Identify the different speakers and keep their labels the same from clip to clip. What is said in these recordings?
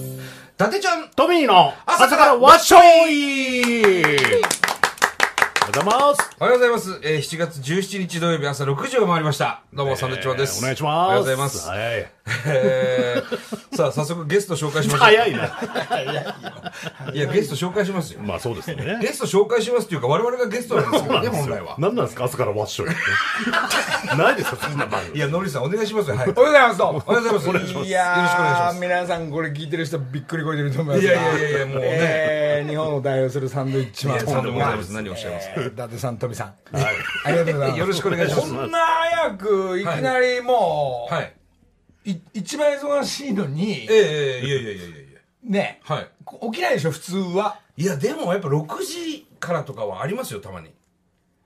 Speaker 1: 伊達ちゃん。
Speaker 2: トミーの朝からわっしょいおはようございます。
Speaker 1: おはようございます。えー、7月17日土曜日朝6時を回りました。どうも、サンドウィッチマンです、
Speaker 2: えーお願いし
Speaker 1: お
Speaker 2: ます。
Speaker 1: はようございます。
Speaker 2: はい。
Speaker 1: えー、さあ、早速ゲスト紹介しましょう。
Speaker 2: 早いね。
Speaker 1: いや、ゲスト紹介しますよ。
Speaker 2: まあそうですね。
Speaker 1: ゲスト紹介しますっていうか、我々がゲストなんですけどね、本来は。
Speaker 2: 何なんですか朝からわっしょ いって。ないですよ、そんな番
Speaker 1: い
Speaker 2: 組。
Speaker 1: や、ノリさん、お願いしますよ。 はい。お
Speaker 3: おはようございますと。
Speaker 1: はようございます。
Speaker 3: い
Speaker 1: よろしくお願いし
Speaker 3: や
Speaker 1: ま
Speaker 3: ー、
Speaker 1: す。
Speaker 3: 皆さんこれ聞いてる人びっくりこいてると思います
Speaker 1: い
Speaker 3: が。
Speaker 1: やいやいやいやもうね
Speaker 3: えー日本を代表するサンドイッチマン。
Speaker 1: いやサンドウィッチマンです
Speaker 3: えー
Speaker 1: 何をおっしゃいます
Speaker 3: 伊達さん、富さん。ありがとうございます。
Speaker 1: よろしくお願いします
Speaker 3: こんな早く、いきなりもう、
Speaker 1: はい。
Speaker 3: い一番忙しいのに
Speaker 1: え、えええいやいやいやいやいや。
Speaker 3: ね、
Speaker 1: はい。
Speaker 3: 起きないでしょ、普通は。
Speaker 1: いや、でもやっぱ6時からとかはありますよ、たまに。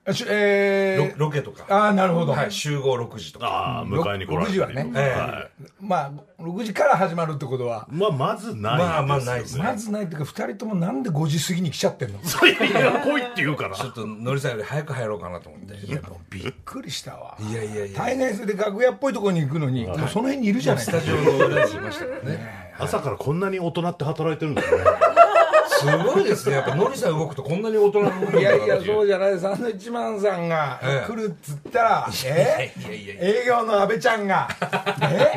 Speaker 3: あしえ
Speaker 1: ロ
Speaker 3: ー
Speaker 1: ロケとか。
Speaker 3: あーなるほど。
Speaker 1: はい、集合6時とか。
Speaker 2: ああ、迎えに来られ
Speaker 3: 6
Speaker 2: て
Speaker 3: 時はね、
Speaker 1: ええ
Speaker 3: まあ、6時から始まるってことは、
Speaker 2: まあ、まずないですよね。
Speaker 1: まあまあないですね
Speaker 3: まずないっていうか、2人ともなんで5時過ぎに来ちゃってんの
Speaker 2: いやいや、来いって言うから。
Speaker 1: ちょっとノリさんより早く入ろうかなと思って。
Speaker 3: いやもうびっくりしたわ
Speaker 1: いやいやいや
Speaker 3: 大変それで楽屋っぽいところに行くのに、もうその辺にいるじゃない
Speaker 1: スタジオの裏にいましたからね。
Speaker 2: 朝からこんなに大人って働いてるんですね。
Speaker 1: すごいですね。やっぱノリさん動くとこんなに大人が動くんだ
Speaker 3: いやい
Speaker 1: なっ
Speaker 3: や
Speaker 1: て
Speaker 3: そ
Speaker 1: いう。
Speaker 3: うじゃないサンドイッチマンさんが
Speaker 1: ええ
Speaker 3: 来るっつったら、え
Speaker 1: いやいやいや
Speaker 3: 営業の阿部ちゃん がえ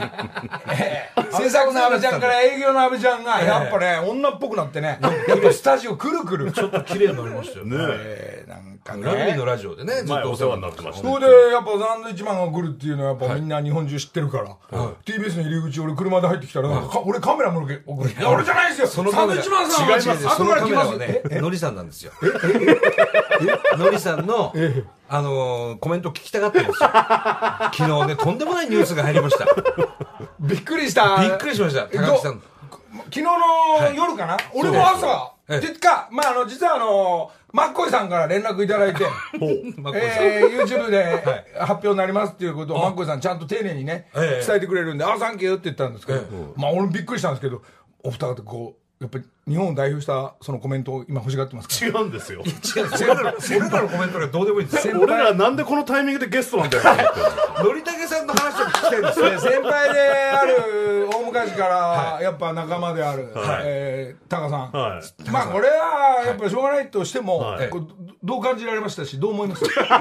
Speaker 3: え制作の阿部ちゃんから営業の阿部ちゃんが、やっぱね女っぽくなってねやっぱスタジオくるくる
Speaker 1: ちょっと 綺麗になりましたよね。
Speaker 2: ね
Speaker 3: ええなんか
Speaker 1: ラグビー
Speaker 3: ね
Speaker 1: のラジオでね、ずっ
Speaker 2: 前
Speaker 1: と
Speaker 2: お世話になってまし
Speaker 3: そ
Speaker 2: た。
Speaker 3: れでやっぱサンドイッチマンが来るっていうのはやっぱみんな日本中知ってるから、TBS の入り口俺車で入ってきたらなんかか俺カメラ向け送るいや俺じゃないですよ
Speaker 1: その
Speaker 3: サ
Speaker 1: カ
Speaker 3: ンド
Speaker 1: メ
Speaker 3: イ
Speaker 1: ラ
Speaker 3: ッチマンさんは
Speaker 1: 違います。そ
Speaker 3: 後
Speaker 1: の
Speaker 3: から
Speaker 1: カ
Speaker 3: 来
Speaker 1: メ
Speaker 3: ま
Speaker 1: ラ
Speaker 3: す
Speaker 1: は
Speaker 3: よ
Speaker 1: ね、ノリさんなんですよ。ノリさんの、あのー、コメント聞きたかったんですよ。昨日ね、とんでもないニュースが入りました。
Speaker 3: びっくりした
Speaker 1: びっくりしました。高木さん。
Speaker 3: 昨日の夜かな、俺も朝
Speaker 1: ええ
Speaker 3: てかまああの実はあのマッコイさんから連絡いただいて
Speaker 2: ほう
Speaker 1: まあこれ
Speaker 3: えー、YouTube で発表になりますっていうことをマッコイさんちゃんと丁寧にね、
Speaker 1: ええ
Speaker 3: 伝えてくれるんで「あサンキュー」って言ったんですけど、
Speaker 1: え
Speaker 3: まあ俺もびっくりしたんですけどお二方こうやっぱり日本を代表したそのコメントを今欲しがってますから
Speaker 2: 違うんですよ。
Speaker 1: 違う、それらの、それらのコメントがどうでもいいんですよ。
Speaker 2: 俺らなんでこのタイミングでゲストなんだよと思って。
Speaker 1: のりたけさんの話を聞きたいんですよ。
Speaker 3: で先輩である大昔からやっぱ仲間である、
Speaker 2: はい
Speaker 3: えータカさん、
Speaker 2: はい。
Speaker 3: まあこれはやっぱりしょうがないとしても、
Speaker 2: はい
Speaker 3: こうどどう感じられましたしどう思いま した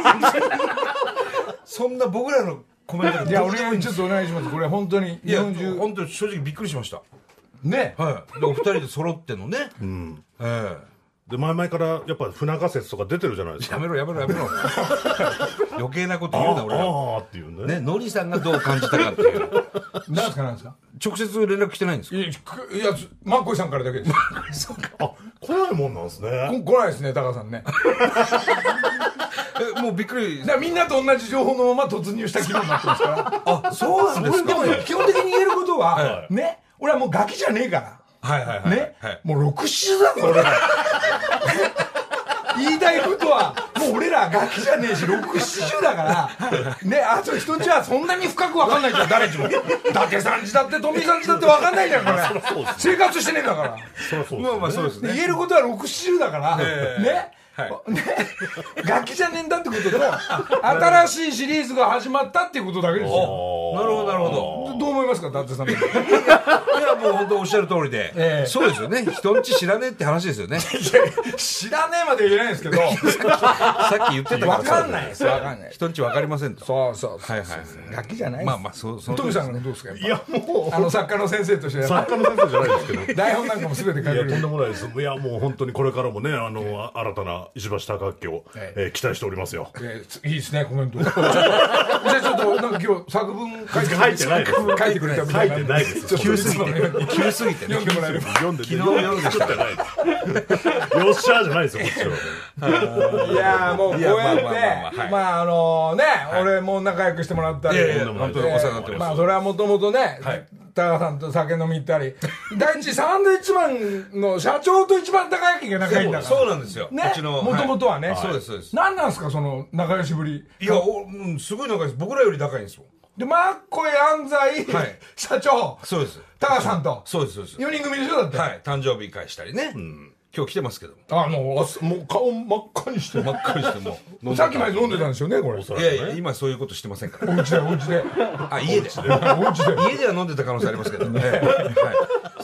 Speaker 1: そんな僕らのコメントがどう
Speaker 3: い
Speaker 1: で
Speaker 3: や
Speaker 1: もいいんですよ
Speaker 3: 俺ちょっとお願いしますこれ本当に
Speaker 1: い
Speaker 3: 日
Speaker 1: や
Speaker 3: 本中、
Speaker 1: 本当に正直びっくりしました。
Speaker 3: ね
Speaker 1: はい。で、お二人で揃ってのね。うん。え
Speaker 2: で、前々からやっぱ船仮説とか出てるじゃないです
Speaker 1: え。や
Speaker 2: か。
Speaker 1: めろ、やめろ、やめろ。 余計なこと言うな、俺ら。
Speaker 2: ああっていうね。
Speaker 1: ね、のりさんがどう感じたかっていう。
Speaker 3: なんですかなんですか
Speaker 1: 直接連絡来てないんですか
Speaker 3: いやくいやつマッコイさんからだけです
Speaker 2: あ、来ないもんなんですね。
Speaker 3: こ来ないですねタカさんねだか
Speaker 1: え、もうびっくり。
Speaker 3: らみんなと同じ情報のまま突入した気分になってますから
Speaker 1: あ、そうなんです
Speaker 3: で
Speaker 1: か
Speaker 3: もね基本的に言えることは、ね俺はもうガキじゃねえから
Speaker 1: はいはいはい。
Speaker 3: ね、
Speaker 1: はい
Speaker 3: もう6週だぞ俺ら 言いたいことはもう俺らガキじゃねえし670だからねあと人んちはそんなに深く分かんないじゃん誰しも伊達さんちだって富井さんちだって分かんないじゃんこれ
Speaker 2: そうです
Speaker 3: 生活してねえんだから
Speaker 2: そりゃそうです
Speaker 1: まあ
Speaker 2: よ
Speaker 1: まあそうです
Speaker 3: で
Speaker 1: ね。
Speaker 3: 言えることは670だから、
Speaker 1: ええ
Speaker 3: ね、ねガキじゃねえんだってことと新しいシリーズが始まったっていうことだけです
Speaker 1: あな
Speaker 3: よ
Speaker 1: るほどなるほ
Speaker 3: どう思いますか伊達さん
Speaker 1: ど。いやもう本当おっしゃる通りで、
Speaker 3: ええ
Speaker 1: そうですよね。人んち知らねえって話です よね。
Speaker 3: 知らねえまで言えないんですけど
Speaker 1: さっき言ってたから
Speaker 3: わかんないですわかんない
Speaker 1: 人んちわかりませんと。
Speaker 3: そうそうそ
Speaker 1: は
Speaker 3: う
Speaker 1: いはいはい。
Speaker 3: ガキじゃないです
Speaker 1: まあまあそうその通り
Speaker 3: ト
Speaker 1: です
Speaker 3: ミさんがどうですか
Speaker 2: いや、も
Speaker 3: あの作家の先生として
Speaker 2: う、作家の先生じゃないですけど。
Speaker 3: 台本なんかも全て書い
Speaker 2: い
Speaker 3: て
Speaker 2: やとん
Speaker 3: る
Speaker 2: でもないです。いやもう本当にこれからもねあのあ新たな石橋貴明を、
Speaker 3: え
Speaker 2: えー期待しておりますよ。
Speaker 3: えーいいですねコメ ントじゃあちょっとなんか今日作文書いて
Speaker 2: 書いてないです。
Speaker 3: 書いてくれたみ
Speaker 2: 書
Speaker 3: たい
Speaker 2: い
Speaker 3: な
Speaker 2: てないです。ちょっと
Speaker 1: 急すぎて急すぎてね
Speaker 3: 読んでもらえれば
Speaker 2: 読んで昨
Speaker 1: 昨日夜でし
Speaker 2: 作ってないです。よっしゃーじゃないですよこっちは。
Speaker 3: いやーもうこ う
Speaker 1: いや
Speaker 3: やっ
Speaker 1: まあまあまあまあは
Speaker 3: て
Speaker 1: い
Speaker 3: まああのね俺も仲良くしてもらった
Speaker 1: い
Speaker 3: り
Speaker 1: やいや
Speaker 2: とんでも
Speaker 1: 本
Speaker 2: ない
Speaker 1: 当
Speaker 2: で
Speaker 1: に
Speaker 2: す
Speaker 1: お世話になって
Speaker 3: ま
Speaker 1: ま
Speaker 3: あ
Speaker 1: す。
Speaker 3: それはもともとね
Speaker 1: はい
Speaker 3: タカさんと酒飲み行ったり第一サンドイッチマンの社長と一番高いが仲いいんだから
Speaker 1: そうなんですよ。
Speaker 3: ね
Speaker 1: うちの
Speaker 3: もともとはね
Speaker 1: いそうですそうです
Speaker 3: 何なんですかその仲良しぶり
Speaker 1: いや、おうんすごい仲いいです。僕らより仲いいんですよ。
Speaker 3: でマッコイ安西、
Speaker 1: はい
Speaker 3: 社長
Speaker 1: そうです。
Speaker 3: タカさんと
Speaker 1: そうですそうです。
Speaker 3: 4人組でしょだって、
Speaker 1: はい、誕生日会したりね。今日来てますけども。
Speaker 3: あもうあすもう顔真っ赤にして
Speaker 1: 真っ赤にしてもう。
Speaker 3: さっきまで飲んでたんですよねこれ
Speaker 2: そ
Speaker 1: い
Speaker 2: ら
Speaker 1: やい
Speaker 2: ね
Speaker 1: や、今そういうことしてませんから。
Speaker 3: お家でお家で
Speaker 1: あ、家で。
Speaker 3: お家 で
Speaker 1: 家では飲んでた可能性ありますけどね。はい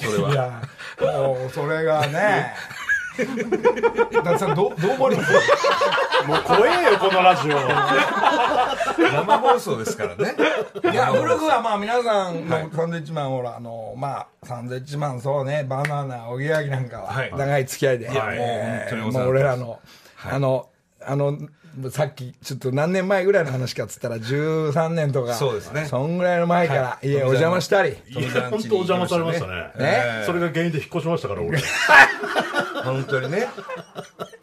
Speaker 1: それ
Speaker 3: い
Speaker 1: は。
Speaker 3: やもうそれが ね伊達さんどうどう思われます
Speaker 2: もう怖えよこのラジ オ
Speaker 1: 生放送ですからね。
Speaker 3: いや、古くはまあ皆さんのサンドイッチマン、ほら、あの、まあ、サンドイッチマン、そうね、バナナ、おぎやはぎなんか
Speaker 1: は
Speaker 3: は、
Speaker 1: い
Speaker 3: 長い付き合いで、
Speaker 1: いやもう
Speaker 3: えー
Speaker 1: 本当にお世話に
Speaker 3: もう俺
Speaker 1: な
Speaker 3: ら
Speaker 1: って
Speaker 3: の、あの、あの、さっき、ちょっと何年前ぐらいの話かっつったら、13年とか、
Speaker 1: そうですね
Speaker 3: そんぐらいの前から、
Speaker 1: い
Speaker 3: 家お邪魔したり、
Speaker 1: 富
Speaker 2: い
Speaker 1: 澤
Speaker 2: や
Speaker 1: ん
Speaker 2: 本
Speaker 1: 家
Speaker 2: 当
Speaker 1: に
Speaker 2: お邪魔されましたね
Speaker 3: ね
Speaker 2: それが原因で引っ越しましたか ら俺
Speaker 1: 本当にね。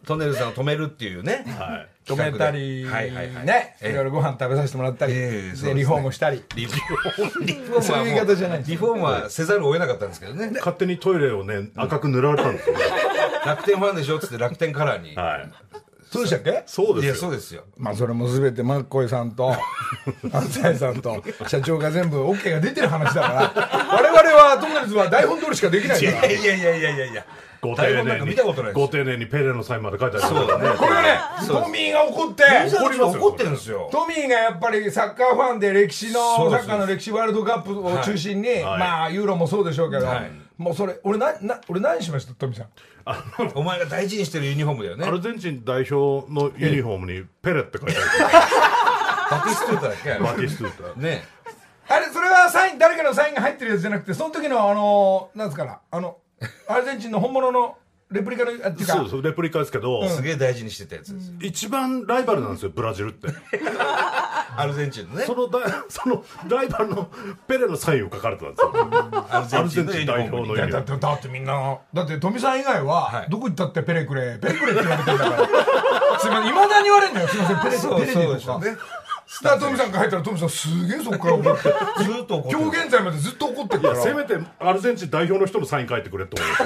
Speaker 1: トンネルズさんを止めるっていうね。
Speaker 2: はい
Speaker 3: 止めたり、
Speaker 1: はいはいはい
Speaker 3: ね、
Speaker 1: ええ
Speaker 3: いろいろご飯食べさせてもらったり、
Speaker 1: ええ
Speaker 3: で
Speaker 1: そうですね
Speaker 3: リフォームしたり、
Speaker 1: リフォーム。リフォーム
Speaker 3: そう
Speaker 1: は
Speaker 3: いう
Speaker 1: も
Speaker 3: 言い方じゃないんです
Speaker 1: リフォームはせざるを得なかったんですけどね。
Speaker 2: 勝手にトイレをね赤く塗られたんですよ
Speaker 1: 楽天ファンでしょっつって楽天カラーに。
Speaker 2: はい
Speaker 3: そうでしたっけ
Speaker 2: そう
Speaker 1: い
Speaker 2: で
Speaker 1: や、
Speaker 2: す
Speaker 1: そ
Speaker 2: よ
Speaker 1: うですよ。
Speaker 3: まあそれも全てマッコイさんと 安西さんと社長が全部 OK が出てる話だから我々はともかくは台本通りしかできない
Speaker 1: い
Speaker 3: か
Speaker 1: や
Speaker 3: ら
Speaker 1: いやいやいやいやいや。
Speaker 2: ご丁
Speaker 1: 台
Speaker 2: 寧
Speaker 1: 本なんか
Speaker 2: に
Speaker 1: 見たことないです
Speaker 2: ご丁寧にペレのサインまで書いてありま
Speaker 1: そう
Speaker 2: すか
Speaker 1: だね
Speaker 2: らね。
Speaker 3: これはね
Speaker 1: そう
Speaker 3: トミーが怒って
Speaker 1: 怒りますよ
Speaker 2: 怒
Speaker 1: 怒っ
Speaker 2: っ
Speaker 1: ててるん
Speaker 2: るんで
Speaker 1: ですよ。
Speaker 3: トミーがやっぱりサッカーファンで歴史
Speaker 1: そ
Speaker 3: の
Speaker 1: うで
Speaker 3: サ
Speaker 1: す
Speaker 3: ッカーの歴史ワールドカップを中心に、
Speaker 2: はい
Speaker 3: まあユーロもそうでしょうけど、
Speaker 1: はい
Speaker 3: もうそれ俺なな俺何しましたトミーさん
Speaker 1: お前が大事にしてるユニフォームだよね
Speaker 2: ア。ルゼンチン代表のユニフォームにペレって書いてあ
Speaker 1: バティストゥータだっけあ
Speaker 2: る。バテ
Speaker 1: れ
Speaker 2: ィストゥータ。
Speaker 1: ね。
Speaker 3: あれそれはサイン誰かのサインが入ってるやつじゃなくてその時のあのなんですかなあのアルゼンチンの本物のレプリカのあっていうか
Speaker 2: そうそう、レプリカですけど、
Speaker 1: すげえ大事にしてたやつですよ。
Speaker 2: 一番ライバルなんですよ、ブラジルって。
Speaker 1: アルゼンチンのね
Speaker 2: そ。のだ、 そのライバルのペレのサインを書かれてたんですよ。
Speaker 1: アル
Speaker 2: アルゼンチン代表の
Speaker 1: ユニフォームに
Speaker 2: ユ
Speaker 3: い
Speaker 2: ニ
Speaker 3: や
Speaker 2: フォ
Speaker 3: だ
Speaker 2: ーム。
Speaker 3: ってだってみんなだって富さん以外は
Speaker 1: はい
Speaker 3: どこ行ったってペレくれペレくれって言われてるんだから すいませんいまだに言われるんだよすいませんペレ
Speaker 1: そう
Speaker 3: ペレ
Speaker 1: そう
Speaker 3: で
Speaker 1: でしょ
Speaker 3: と
Speaker 1: う
Speaker 3: か
Speaker 1: ね。
Speaker 3: だから富さんが入ったら富さんすげえそこから怒って
Speaker 1: ずーっ と怒ってる
Speaker 3: 今日現在までずっと怒ってる
Speaker 2: い
Speaker 3: か
Speaker 2: や、せ
Speaker 3: ら
Speaker 2: めてアルゼンチン代表の人のサイン書いてくれって思います。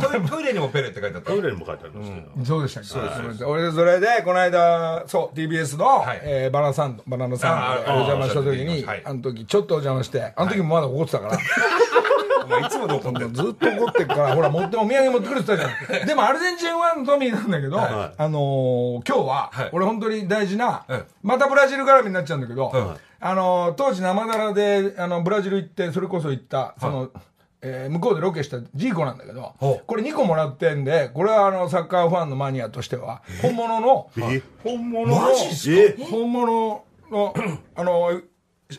Speaker 1: トイトイレにもペレって書いてあった
Speaker 2: ペ。レにも書いてありますけど。
Speaker 3: そうでしたっけすいません俺それでこの間そう TBS の
Speaker 1: はい
Speaker 3: えーバナナサンドバナナサンド
Speaker 1: ああ
Speaker 3: お邪魔した時
Speaker 1: おっしゃっていただ
Speaker 3: に
Speaker 1: きました
Speaker 3: あの時ちょっとお邪魔してあの時もまだ怒ってたから
Speaker 1: お前いつもどこって
Speaker 3: も
Speaker 1: ん
Speaker 3: う
Speaker 1: の
Speaker 3: ずっと怒ってるから、ほら、持って、お土産持ってくるって言ったじゃん。でも、アルゼンチンはトミーなんだけど、
Speaker 2: は
Speaker 3: あのー今日は、
Speaker 1: はい
Speaker 3: 俺本当に大事な、
Speaker 1: ええ
Speaker 3: またブラジル絡みになっちゃうんだけど、
Speaker 1: はい
Speaker 3: あのー当時生だらで、あの、ブラジル行って、それこそ行った、その、えー向こうでロケしたジーコなんだけど、
Speaker 1: ほう
Speaker 3: これ2個もらってんで、これはあの、サッカーファンのマニアとしては、本物の、
Speaker 2: え
Speaker 3: 本物の、
Speaker 1: マジっすか
Speaker 2: え
Speaker 3: 本物の、あの、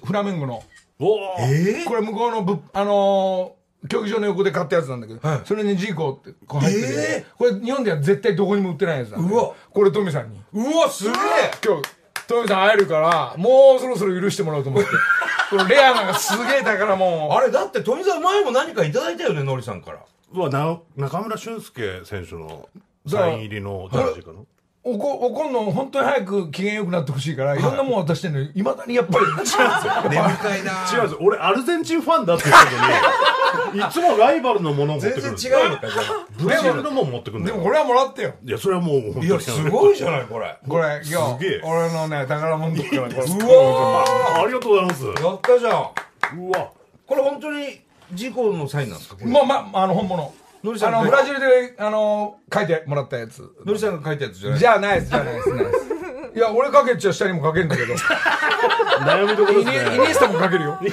Speaker 3: フラメンゴの、
Speaker 2: おー
Speaker 1: え
Speaker 3: これ向こうのぶ、あのー競技場の横で買ったやつなんだけど、
Speaker 1: はい
Speaker 3: それにジーコってこう入ってて、
Speaker 1: え
Speaker 3: これ日本では絶対どこにも売ってないやつなんだけど
Speaker 1: うわ
Speaker 3: これトミさんに
Speaker 1: うわすげえ
Speaker 3: 今日トミさん会えるからもうそろそろ許してもらおうと 思ってこれレアなんかすげえだからも
Speaker 1: あれだって富澤前も何かいただいたよねノリさんから
Speaker 2: うわ、な中村俊輔選手のサイン入りのジャージかな。
Speaker 3: うおこおこんの本当に早く機嫌よくなってほしいから、い、ろんなもん渡してんのにいまだにやっぱり違うんですよ
Speaker 1: 眠たいな
Speaker 2: 違うんですよ俺アルゼンチンファンだって言った のにいつもライバルのものを持ってく
Speaker 1: 全
Speaker 2: る
Speaker 1: 然違
Speaker 2: う
Speaker 1: うのかじゃ
Speaker 2: ブラジルのもの持ってくるんだ
Speaker 3: で
Speaker 2: よ
Speaker 3: もこれはもらってよ
Speaker 2: いやそれはもう本当
Speaker 1: あ
Speaker 2: に
Speaker 1: いやすごいじゃ
Speaker 2: ん
Speaker 1: ないこれやっ
Speaker 3: これ今
Speaker 2: すげ
Speaker 3: 日
Speaker 2: え
Speaker 3: 俺のね宝物のとこからこれ
Speaker 2: ありがとうございますう
Speaker 1: たじゃん
Speaker 2: わ
Speaker 1: これ本当に事故のサインなんですかこれ
Speaker 3: まあまああの本物
Speaker 1: のりさん
Speaker 3: あの
Speaker 1: ね
Speaker 3: ブラジルであの書いてもらったやつ
Speaker 1: ノリさんが書いたやつじゃない
Speaker 3: じゃあないですじゃあないですないですいや俺かけっちゃ下にもかけるんだけどイ
Speaker 2: 悩みどころ
Speaker 3: ニイニ
Speaker 2: ですね
Speaker 3: エスタもかけるよイ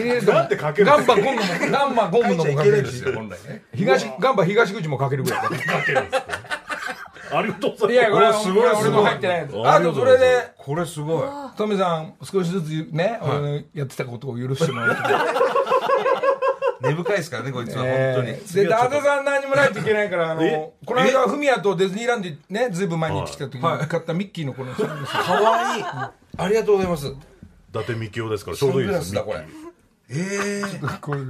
Speaker 3: ニエスタも
Speaker 2: なんでかけるん
Speaker 3: ガ
Speaker 2: で
Speaker 3: ン
Speaker 2: すか
Speaker 3: バゴムもガンバゴムの
Speaker 1: 書いち
Speaker 3: も
Speaker 1: ゃ
Speaker 3: か
Speaker 1: いけ
Speaker 3: け
Speaker 1: ないん
Speaker 3: る
Speaker 1: で
Speaker 3: し
Speaker 1: すよ本来ね
Speaker 3: 東ガンバ東口もかけるぐらい
Speaker 2: かけるんですかありがとうございます
Speaker 3: いやこれは
Speaker 1: おす
Speaker 3: す
Speaker 1: ごい
Speaker 3: ごい
Speaker 1: すご
Speaker 3: 俺
Speaker 1: い
Speaker 3: の入ってないやつ
Speaker 2: あ
Speaker 3: あ
Speaker 2: りがと
Speaker 3: と
Speaker 2: う
Speaker 3: そ
Speaker 2: ございま
Speaker 3: れ
Speaker 2: す
Speaker 3: で
Speaker 1: これすごい
Speaker 3: トミさん少しずつね俺のやってたことを許してもらって
Speaker 1: 根深いですからねこいつは
Speaker 3: え
Speaker 1: 本当に
Speaker 3: ーで、伊達さん何もないといけないから、あの
Speaker 2: え、
Speaker 3: この間、フミヤとディズニーランドにね、ずいぶん前に行ってきた時
Speaker 1: は
Speaker 3: に
Speaker 1: い
Speaker 3: 買ったミッキーのこのサングラス
Speaker 1: かわいいありがとうございます
Speaker 2: 伊達みきおですからち
Speaker 1: サ
Speaker 2: ょう
Speaker 1: ン
Speaker 2: どい
Speaker 1: グ
Speaker 2: いで
Speaker 1: ラ
Speaker 2: す
Speaker 1: スだこれええ
Speaker 3: これ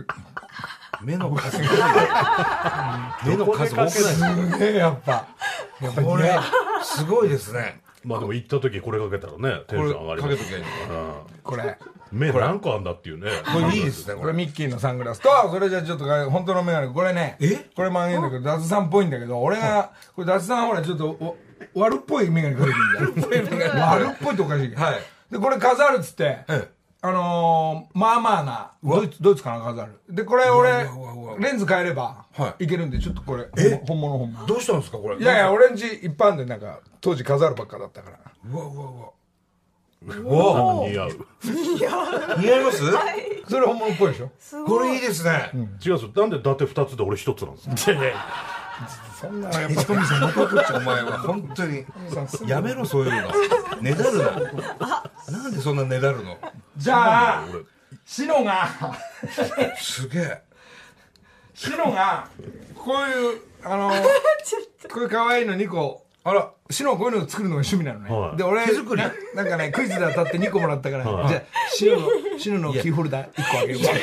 Speaker 1: 目の数が目の数多くないですか
Speaker 3: すげえ、やっぱ。やっぱり
Speaker 1: こ
Speaker 3: ね
Speaker 1: れ、すごいですね。
Speaker 2: まあでも行った時これかけたらねテ
Speaker 1: こ
Speaker 2: ンシ
Speaker 1: れ
Speaker 2: ョン上が、り
Speaker 1: か
Speaker 2: ま
Speaker 1: け
Speaker 2: す
Speaker 1: ときゃいいのか
Speaker 3: これ、
Speaker 2: 目何個あんだっていうね
Speaker 1: な。これいいですね、こ
Speaker 3: こ
Speaker 1: れ
Speaker 3: れ。ミッキーのサングラスと、それじゃちょっとこれ、本当のメガネ、これね
Speaker 1: え、
Speaker 3: これ万円だけど、ダツさんっぽいんだけど、俺が、これダツさんほら、ちょっと、お悪っぽいメガネかけてるじゃん。悪っぽいっておかしいけど
Speaker 1: はい。
Speaker 3: で、これ飾るっつって、
Speaker 1: え
Speaker 3: あのー、まあまあな、ドイツ、ドイツかな、飾る。で、これ俺
Speaker 1: うわうわうわ、
Speaker 3: レンズ変えれば
Speaker 1: は、い
Speaker 3: いけるんで、ちょっとこれ、本物本
Speaker 1: え
Speaker 3: 物。
Speaker 1: どうしたんですか、これ。
Speaker 3: いやいや、
Speaker 1: なんか、
Speaker 3: 俺んち一般でなんか、当時飾るばっかだったから。
Speaker 1: うわうわうわ。お
Speaker 2: 似合う。
Speaker 1: ー似合います
Speaker 3: それ本物っぽいでしょ
Speaker 4: す
Speaker 1: こ
Speaker 4: ごい
Speaker 1: れいいですね。
Speaker 2: 違うんですよ。なんで伊達二つで俺一つなんですか
Speaker 3: そんなやっぱ
Speaker 1: トミーさん、残っちゃお前は、本当に。やめろ、そういうの。ねだるな。なんでそんなねだるの
Speaker 3: じゃあ
Speaker 2: 俺
Speaker 3: シノが
Speaker 1: すげえ。
Speaker 3: シノがこういうあ のこういう可愛いの2個
Speaker 1: あら、
Speaker 3: シノはこういうの作るのが趣味なのね、
Speaker 2: はい
Speaker 3: で俺
Speaker 1: 手作り
Speaker 3: ななんかねクイズで当たって2個もらったから、
Speaker 2: はい
Speaker 3: じゃあシノのシノのキーホルダー1個あげるわ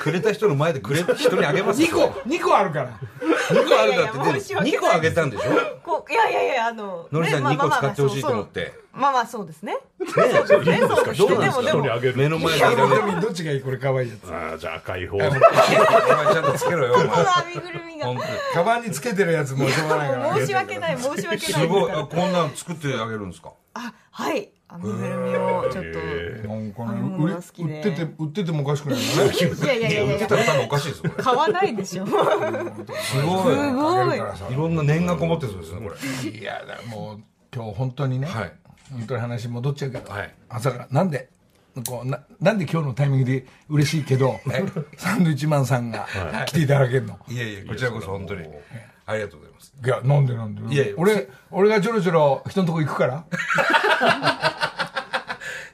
Speaker 1: くれた人の前でく れ、人にあげます
Speaker 3: 2個2個あるから
Speaker 1: 2個あるんだ
Speaker 4: いやいや
Speaker 1: っ
Speaker 4: 申
Speaker 1: て
Speaker 4: し
Speaker 1: 出る
Speaker 4: 訳ない
Speaker 1: 2個あげたんでしょ
Speaker 4: こういやいやいやあの
Speaker 1: のりさん
Speaker 4: ねまあ
Speaker 1: 2個
Speaker 4: まあまあ
Speaker 1: 使ってほしいと思って
Speaker 4: まあまあそうですね
Speaker 1: ね
Speaker 4: そうですねそうです
Speaker 1: どうな
Speaker 4: ね
Speaker 1: ん
Speaker 4: で
Speaker 1: ですか
Speaker 4: もで
Speaker 2: 人
Speaker 4: も
Speaker 2: にあげる。
Speaker 1: 目の前でい
Speaker 3: あ
Speaker 1: られる
Speaker 3: どっちがいいこれ可愛いやつ
Speaker 2: ああ、じゃあ赤い 方。
Speaker 1: お前ちゃんとつけろよ お
Speaker 4: こ
Speaker 1: 前
Speaker 4: の編みぐるみが
Speaker 1: 本当に
Speaker 3: カバンにつけてるやつもうしょうがないから
Speaker 4: 申し 訳ない申し訳な
Speaker 1: す
Speaker 4: い
Speaker 1: ごいあこんなん作ってあげるんですか
Speaker 4: あはい編みぐるみをちょっと
Speaker 3: なんか
Speaker 4: あ
Speaker 3: ね
Speaker 4: の
Speaker 3: 売
Speaker 4: も
Speaker 3: り
Speaker 4: のが好き
Speaker 3: 売
Speaker 4: で
Speaker 3: ってて売っててもおかしくないよね
Speaker 4: いやいやいやい
Speaker 1: 売
Speaker 4: や
Speaker 1: っ
Speaker 4: い
Speaker 1: て
Speaker 4: や
Speaker 1: たら多分おかしいですよこれ
Speaker 4: 買わないでしょす
Speaker 1: すごい
Speaker 4: ごい
Speaker 1: いろんな念がこもってそうですねこれ
Speaker 3: いやだからもう今日本当にね、
Speaker 1: はい
Speaker 3: 本当に話戻っちゃうけど、
Speaker 1: はい
Speaker 3: 朝からなんでこうななんで今日のタイミングで嬉しいけど サンドウィッチマンさんが来ていただけるの、
Speaker 1: いやいやこちらこそ本当にありがとうございます
Speaker 3: い、やなんでなんで
Speaker 1: いやいや
Speaker 3: 俺俺がちょろちょろ人のとこ行くから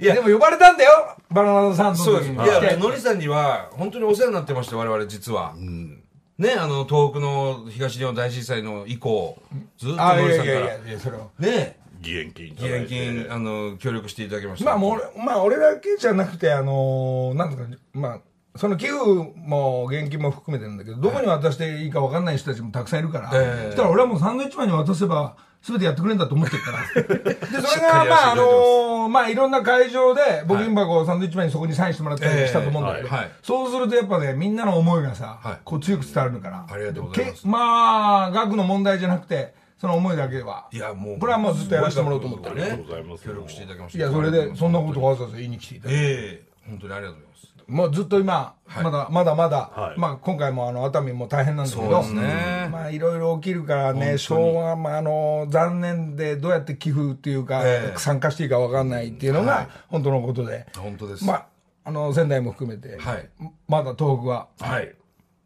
Speaker 1: いや
Speaker 3: でも呼ばれたんだよバナナサンド
Speaker 1: そう
Speaker 3: の
Speaker 1: で
Speaker 3: 時
Speaker 1: すい
Speaker 3: に
Speaker 1: やのりさんには本当にお世話になってまして我々実はねあの東北の東日本大震災の以降ずっと
Speaker 3: あ
Speaker 1: の
Speaker 3: い
Speaker 1: り
Speaker 3: や
Speaker 1: さん
Speaker 3: い
Speaker 1: か
Speaker 3: やい
Speaker 1: ら
Speaker 3: やいやそれは
Speaker 1: ね
Speaker 2: 義援金いた
Speaker 1: 義
Speaker 2: だ
Speaker 1: 援
Speaker 2: いて。
Speaker 1: 金あの協力していただきました
Speaker 3: まあもう俺,、まあ、俺だけじゃなくてあのーなんですかねまあその寄付も現金も含めてなんだけどどこに渡していいか分かんない人たちもたくさんいるから、
Speaker 1: ええ
Speaker 3: そしたら俺はもうサンドウィッチマンに渡せば全てやってくれるんだと思ってるから でそれ
Speaker 1: か
Speaker 3: が
Speaker 1: りやらせていただいて
Speaker 3: まあ
Speaker 1: ます
Speaker 3: あのーまあいろんな会場で募金箱をサンドウィッチマンにそこにサインしてもらったりしたと思うんだけど、
Speaker 1: ええはい
Speaker 3: そうするとやっぱねみんなの思いがさ、
Speaker 1: はい
Speaker 3: こう強く伝わるから
Speaker 1: ありがとうございます
Speaker 3: けまあ額の問題じゃなくてその思いだけはい
Speaker 1: やもう
Speaker 3: これはもうずっとやらせてもらおうと思って
Speaker 1: あ
Speaker 3: る
Speaker 1: りがとう
Speaker 2: ございます
Speaker 1: 協力していただきました
Speaker 3: いやそれでそんなことわざわざ言いに来ていただいて
Speaker 1: ええ本当にありがとうございます
Speaker 3: もうずっと今、まだまだまだ、
Speaker 2: はい
Speaker 3: まあ、今回もあの熱海も大変なんですけ
Speaker 1: そう
Speaker 3: ど
Speaker 1: ですね
Speaker 3: まあ、いろいろ起きるからね昭和、まあ、あの残念でどうやって寄付っていうか、
Speaker 1: ええ
Speaker 3: 参加していいか分かんないっていうのが本当のことで、
Speaker 1: 本当です
Speaker 3: まあ、あの仙台も含めて、
Speaker 1: はい
Speaker 3: まだ東北は
Speaker 1: はい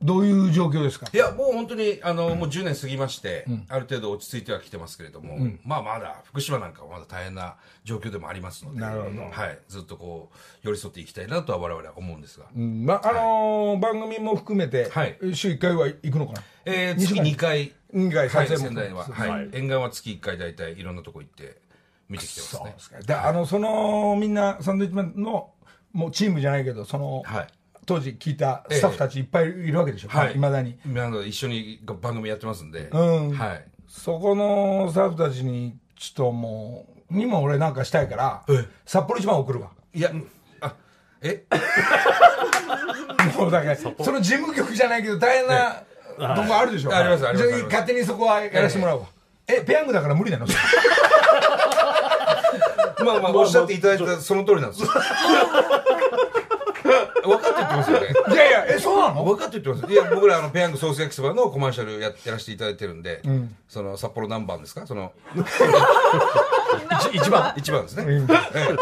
Speaker 3: どういう状況ですか
Speaker 1: いやもう本当にあの、もう10年過ぎまして、ある程度落ち着いてはきてますけれども、まあまだ福島なんかはまだ大変な状況でもありますので
Speaker 3: なるほど
Speaker 1: はい、ずっとこう寄り添っていきたいなとは我々は思うんですが、
Speaker 3: うんまああのー番組も含めて、
Speaker 1: はい
Speaker 3: 週1回は行くのかな
Speaker 1: えー、月2回
Speaker 3: 2回
Speaker 1: はい
Speaker 3: 撮影も
Speaker 1: 仙台は、はい
Speaker 2: はい
Speaker 1: 沿岸は月1回大体いろんなとこ行って見てきてます
Speaker 3: そう
Speaker 1: ね
Speaker 3: ですかであのそのみんなサンドウィッチマンのもうチームじゃないけどその、
Speaker 1: はい
Speaker 3: 当時聞いたスタッフたちいっぱいいるわけでしょ、
Speaker 1: はい
Speaker 3: いまだに
Speaker 1: なので一緒に番組やってますんで、
Speaker 3: うん
Speaker 1: はい
Speaker 3: そこのスタッフたちにちょっともうにも俺なんかしたいから
Speaker 1: え
Speaker 3: 札幌一番送るわ
Speaker 1: いやあえ
Speaker 3: もうだからその事務局じゃないけど大変なとこあるでしょ、
Speaker 1: ありますあります
Speaker 3: じゃ
Speaker 1: あります
Speaker 3: あ勝手にそこはやらせてもらうわえペヤングだから無理なの
Speaker 1: まあまあ、おっしゃっていただいたその通りなんですよ。 分かって言ってますよね。
Speaker 3: いやいやえそうなの
Speaker 1: 分かって言ってますよ。いや、僕ら、あの、ペヤングソース焼きそばのコマーシャルややらせていただいてるんで、その、札幌何番ですかその、
Speaker 2: 一番。
Speaker 1: 1番ですね。ええ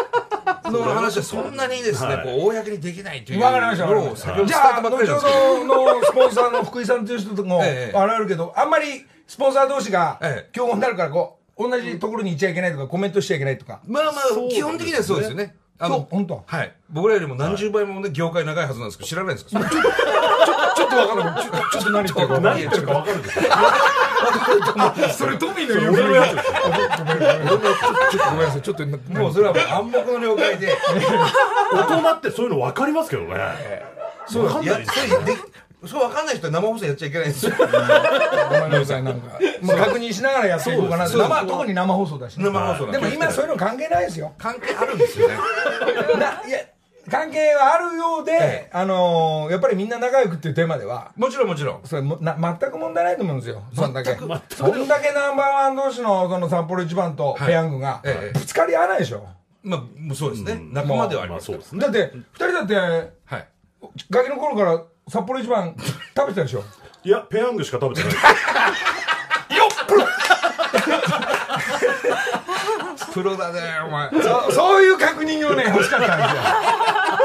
Speaker 1: の話はそんなにですね、
Speaker 2: はい
Speaker 1: こう、公にできないという
Speaker 3: わかりました
Speaker 1: のを先ほど
Speaker 3: じ
Speaker 1: 伝わっ
Speaker 3: ゃあ
Speaker 1: たば
Speaker 3: 後
Speaker 1: っか
Speaker 3: ほ
Speaker 1: りなんですけど。
Speaker 3: どのスポンサーの福井さんという人とも
Speaker 1: ええ
Speaker 3: あるけどあんまりスポンサー同士が
Speaker 1: ええ
Speaker 3: 競合になるからこう同じところに行っちゃいけないとかコメントしちゃいけないとか
Speaker 1: まあまあ、基本的にはそうですよね。あ
Speaker 3: そう
Speaker 1: の、
Speaker 3: 本当
Speaker 1: はい。僕らよりも何十倍もね、業界長いはずなんですけど、知らないんですかそれ
Speaker 3: ちょっと分からんちょちょっと何言ってるか分からん
Speaker 2: 何言ってるか分かるでしょ。
Speaker 3: それトミーの
Speaker 2: 俺のやつですよ。
Speaker 3: ちょっとごめんなさいちょっとも
Speaker 1: もう、それはもう暗黙の了解で。
Speaker 2: 大人ってそういうの分かりますけどね。
Speaker 1: そう
Speaker 2: わかんない
Speaker 1: やそれでそう分かんない人は生放送やっちゃいけないんですよ
Speaker 3: ごめんなさいなんかもう確認しながらやっていこうかなって
Speaker 1: そうです
Speaker 3: 生特に生放送だしね
Speaker 1: 生放送なん
Speaker 3: でも今そういうの関係ないですよ
Speaker 1: 関係あるんですよね
Speaker 3: ないや関係はあるようであのーやっぱりみんな仲良くっていうテーマでは
Speaker 1: もちろんもちろん
Speaker 3: それもな全く問題ないと思うんですよ、そんだけ、そんだけナンバーワン同士のその札幌一番と
Speaker 1: い
Speaker 3: ペヤングが
Speaker 1: ええ
Speaker 3: ぶつかり合わないでしょ、
Speaker 1: まあもうそうですね、仲間ではあり
Speaker 2: まあ
Speaker 1: ます
Speaker 2: そう
Speaker 1: から、
Speaker 2: ですね。
Speaker 3: だって、2人だって、
Speaker 1: はい
Speaker 3: ガキの頃から札幌一番食べてたでしょ、
Speaker 2: いや、ペヤングしか食べてないです。
Speaker 1: プロだね、お前。
Speaker 3: そそういう確認をね欲しかったんですよ今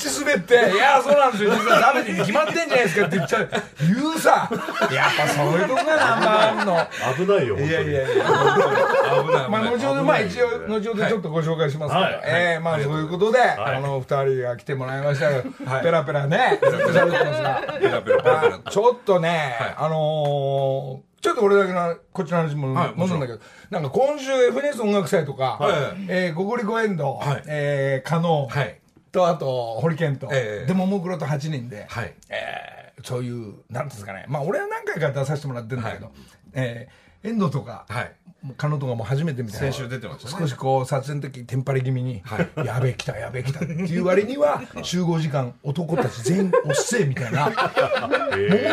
Speaker 3: 口滑って「いやそうなんですよ実はダメに決まってんじゃないですか」って言っちゃう言うさやっぱそういうとこがナンバーワンの
Speaker 2: 危ないよ、本当に。
Speaker 3: いやいやい
Speaker 1: 危ない、危
Speaker 3: やまあ、
Speaker 1: ない
Speaker 3: 後ほど、まあ、一応、後ほどちょっとご紹介しますけど、
Speaker 2: はいはい
Speaker 3: ええまあ、そういうことで、あの、二人が来てもらいましたけど、ペラペラね、ずっと喋ってますが、
Speaker 1: ペラペラペラペラ。
Speaker 3: ちょっとね、あのーちょっと俺だけの、こっちの話も
Speaker 1: はい
Speaker 3: 戻るんだけど、なんか今週、FNS 音楽祭とか、
Speaker 1: はい
Speaker 3: えー、ゴゴリゴエンド、
Speaker 1: はい
Speaker 3: えー、カノー、
Speaker 1: はい
Speaker 3: と、あと、ホリケンと、
Speaker 1: ええ
Speaker 3: で、ももクロと8人で、
Speaker 1: はい。
Speaker 3: えーそういう、なんていうんですかね、まあ、俺は何回か出させてもらってるんだけど、えー、遠藤とか、
Speaker 1: はい。
Speaker 3: もうカノとかも初めてみたいな
Speaker 1: 先週出てましたね
Speaker 3: 少しこう撮影の時テンパり気味に、 やべえ来たやべえ来たっていう割には集合時間男たち全員おっせえみたいなもも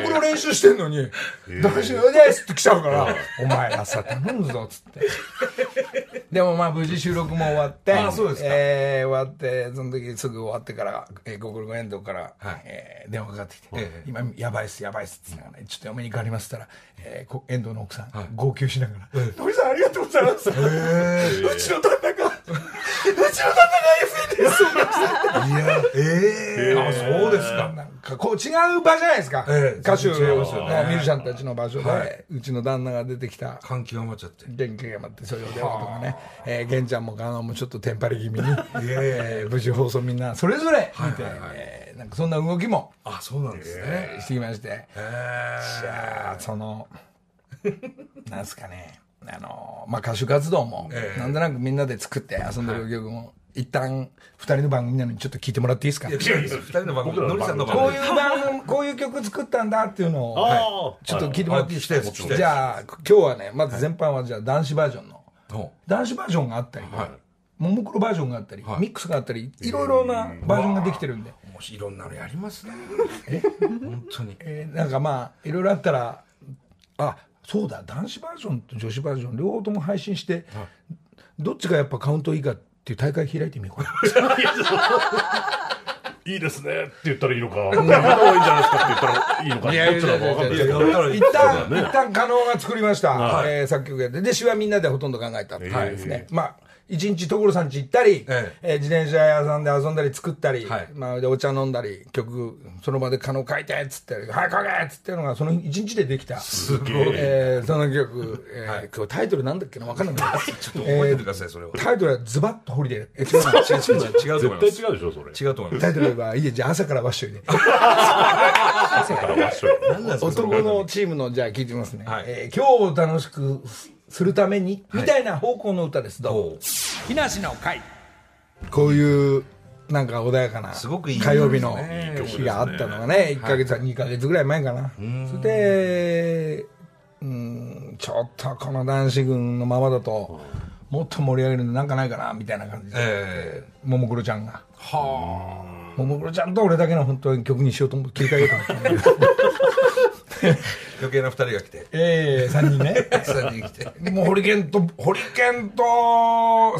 Speaker 3: クロ練習してんのに「大丈夫です」って来ちゃうから「お前朝頼むぞ」っつってでもまあ無事収録も終わって
Speaker 1: あそうですか
Speaker 3: えー終わってその時すぐ終わってからえーゴーグルゴ遠藤から、
Speaker 1: はい
Speaker 3: えー電話かかってきて「
Speaker 1: ええ
Speaker 3: 今やばいっすやばいっす」っつってながら「ちょっと嫁に帰ります」って言ったら、えーこ遠藤の奥さん、号泣しながら「のりさんありがとうございます」うちの旦那が、うちの旦那が FNS を
Speaker 1: いや、ええあ、そうですか。
Speaker 3: なんかこう違う場じゃないですか。
Speaker 1: ええ
Speaker 3: 歌手
Speaker 1: 全然違い
Speaker 3: の
Speaker 1: ますよね
Speaker 3: ミュージシャンたちの場所で、
Speaker 1: はい
Speaker 3: うんうちの旦那が出てきた。
Speaker 1: 感極まっちゃって。
Speaker 3: 元気が待って、それを電話とかね、えー、玄ちゃんもガンもちょっとテンパり気味に、えー無事放送みんなそれぞれ見て、えーなんかそんな動きも、
Speaker 1: あ、そうなんですね。
Speaker 3: えーしてきまして、じゃあ、その、なんすかね、あの、まあ、歌手活動も、
Speaker 1: ええ
Speaker 3: なんとなくみんなで作って遊んでる曲も、一旦、二人の番組なのにちょっと聞いてもらっていいですか
Speaker 1: いや、違うんですよ。二人の番組、
Speaker 2: 僕ら
Speaker 1: の
Speaker 2: の
Speaker 1: りさんの
Speaker 3: こ
Speaker 1: 番
Speaker 3: う
Speaker 1: 組。
Speaker 3: いう番組、こういう曲作ったんだっていうのを、
Speaker 2: あ
Speaker 3: は
Speaker 2: あ
Speaker 3: いちょっと聞いてもらっていいです
Speaker 1: あ聞きたい
Speaker 3: か
Speaker 1: です
Speaker 3: じゃあ、今日はね、まず全般はじゃあ男子バージョンの、
Speaker 1: ほ
Speaker 3: 男子バージョンがあったり、
Speaker 1: はい
Speaker 3: ももクロバージョンがあったり、
Speaker 1: はい
Speaker 3: ミックスがあったり、いろいろなバージョンができてるんで、
Speaker 1: うもしいろんなのやりますね。本当に。
Speaker 3: えーなんかまあいろいろあったらあそうだ男子バージョンと女子バージョン両方とも配信して、どっちがやっぱカウントいいかっていう大会開いてみようかな
Speaker 2: いいですねって言ったらいいのか、やめた方がいいんじゃないですかって言ったらいいのか、どっちなのか分かんないですけど。
Speaker 1: やったらいい
Speaker 3: 一
Speaker 1: ですよ
Speaker 3: 旦、一旦加納が作りました、えー作曲やってで詩はみんなでほとんど考えたっていうですね、まあ一日所さん家行ったり、
Speaker 1: え
Speaker 3: えー自転車屋さんで遊んだり作ったり、
Speaker 1: はい
Speaker 3: まあ、でお茶飲んだり曲その場で「加納書いて」っつって「はい書け」っつってのがその日一日でできた
Speaker 2: すげえ。
Speaker 3: えーその曲、えー今日タイトルなんだっけな分かんないんだけど
Speaker 1: ちょっと覚えててください、それは。
Speaker 3: タイトルはズバッとホリデ ー。え違う
Speaker 1: 違
Speaker 3: 違う違う
Speaker 1: うと思い
Speaker 2: 絶
Speaker 1: ます。
Speaker 2: 対違うでしょ、それ。
Speaker 1: 違うと思います。
Speaker 3: タイトルは、いいえ、じゃあ朝からワッショ イで。
Speaker 2: 朝から場所。
Speaker 1: 何なんですかその
Speaker 3: 男のチームの、じゃあ聞いてみますね。
Speaker 1: はい
Speaker 3: えー今日を楽しくするために、みたいな方向の歌です。どう
Speaker 1: ほう
Speaker 3: 木梨の会。こういう、なんか穏やかな、
Speaker 1: すごくいい
Speaker 3: 火曜日の
Speaker 1: いい曲ですね
Speaker 3: 日があったのがね、1ヶ月、2ヶ月ぐらい前かな。それで、うん、ちょっとこの男子軍のままだと、もっと盛り上げるのなんかないかな、みたいな感じで。
Speaker 1: え
Speaker 3: ももクロちゃんが。
Speaker 1: えは
Speaker 3: ももクロちゃんと俺だけの本当に曲にしようと思って切り替えようと思って。
Speaker 1: あ。余計な二人が来て。
Speaker 3: ええ三3人ね。
Speaker 1: 三人来て。
Speaker 3: もうホリケンと、ホリケンと、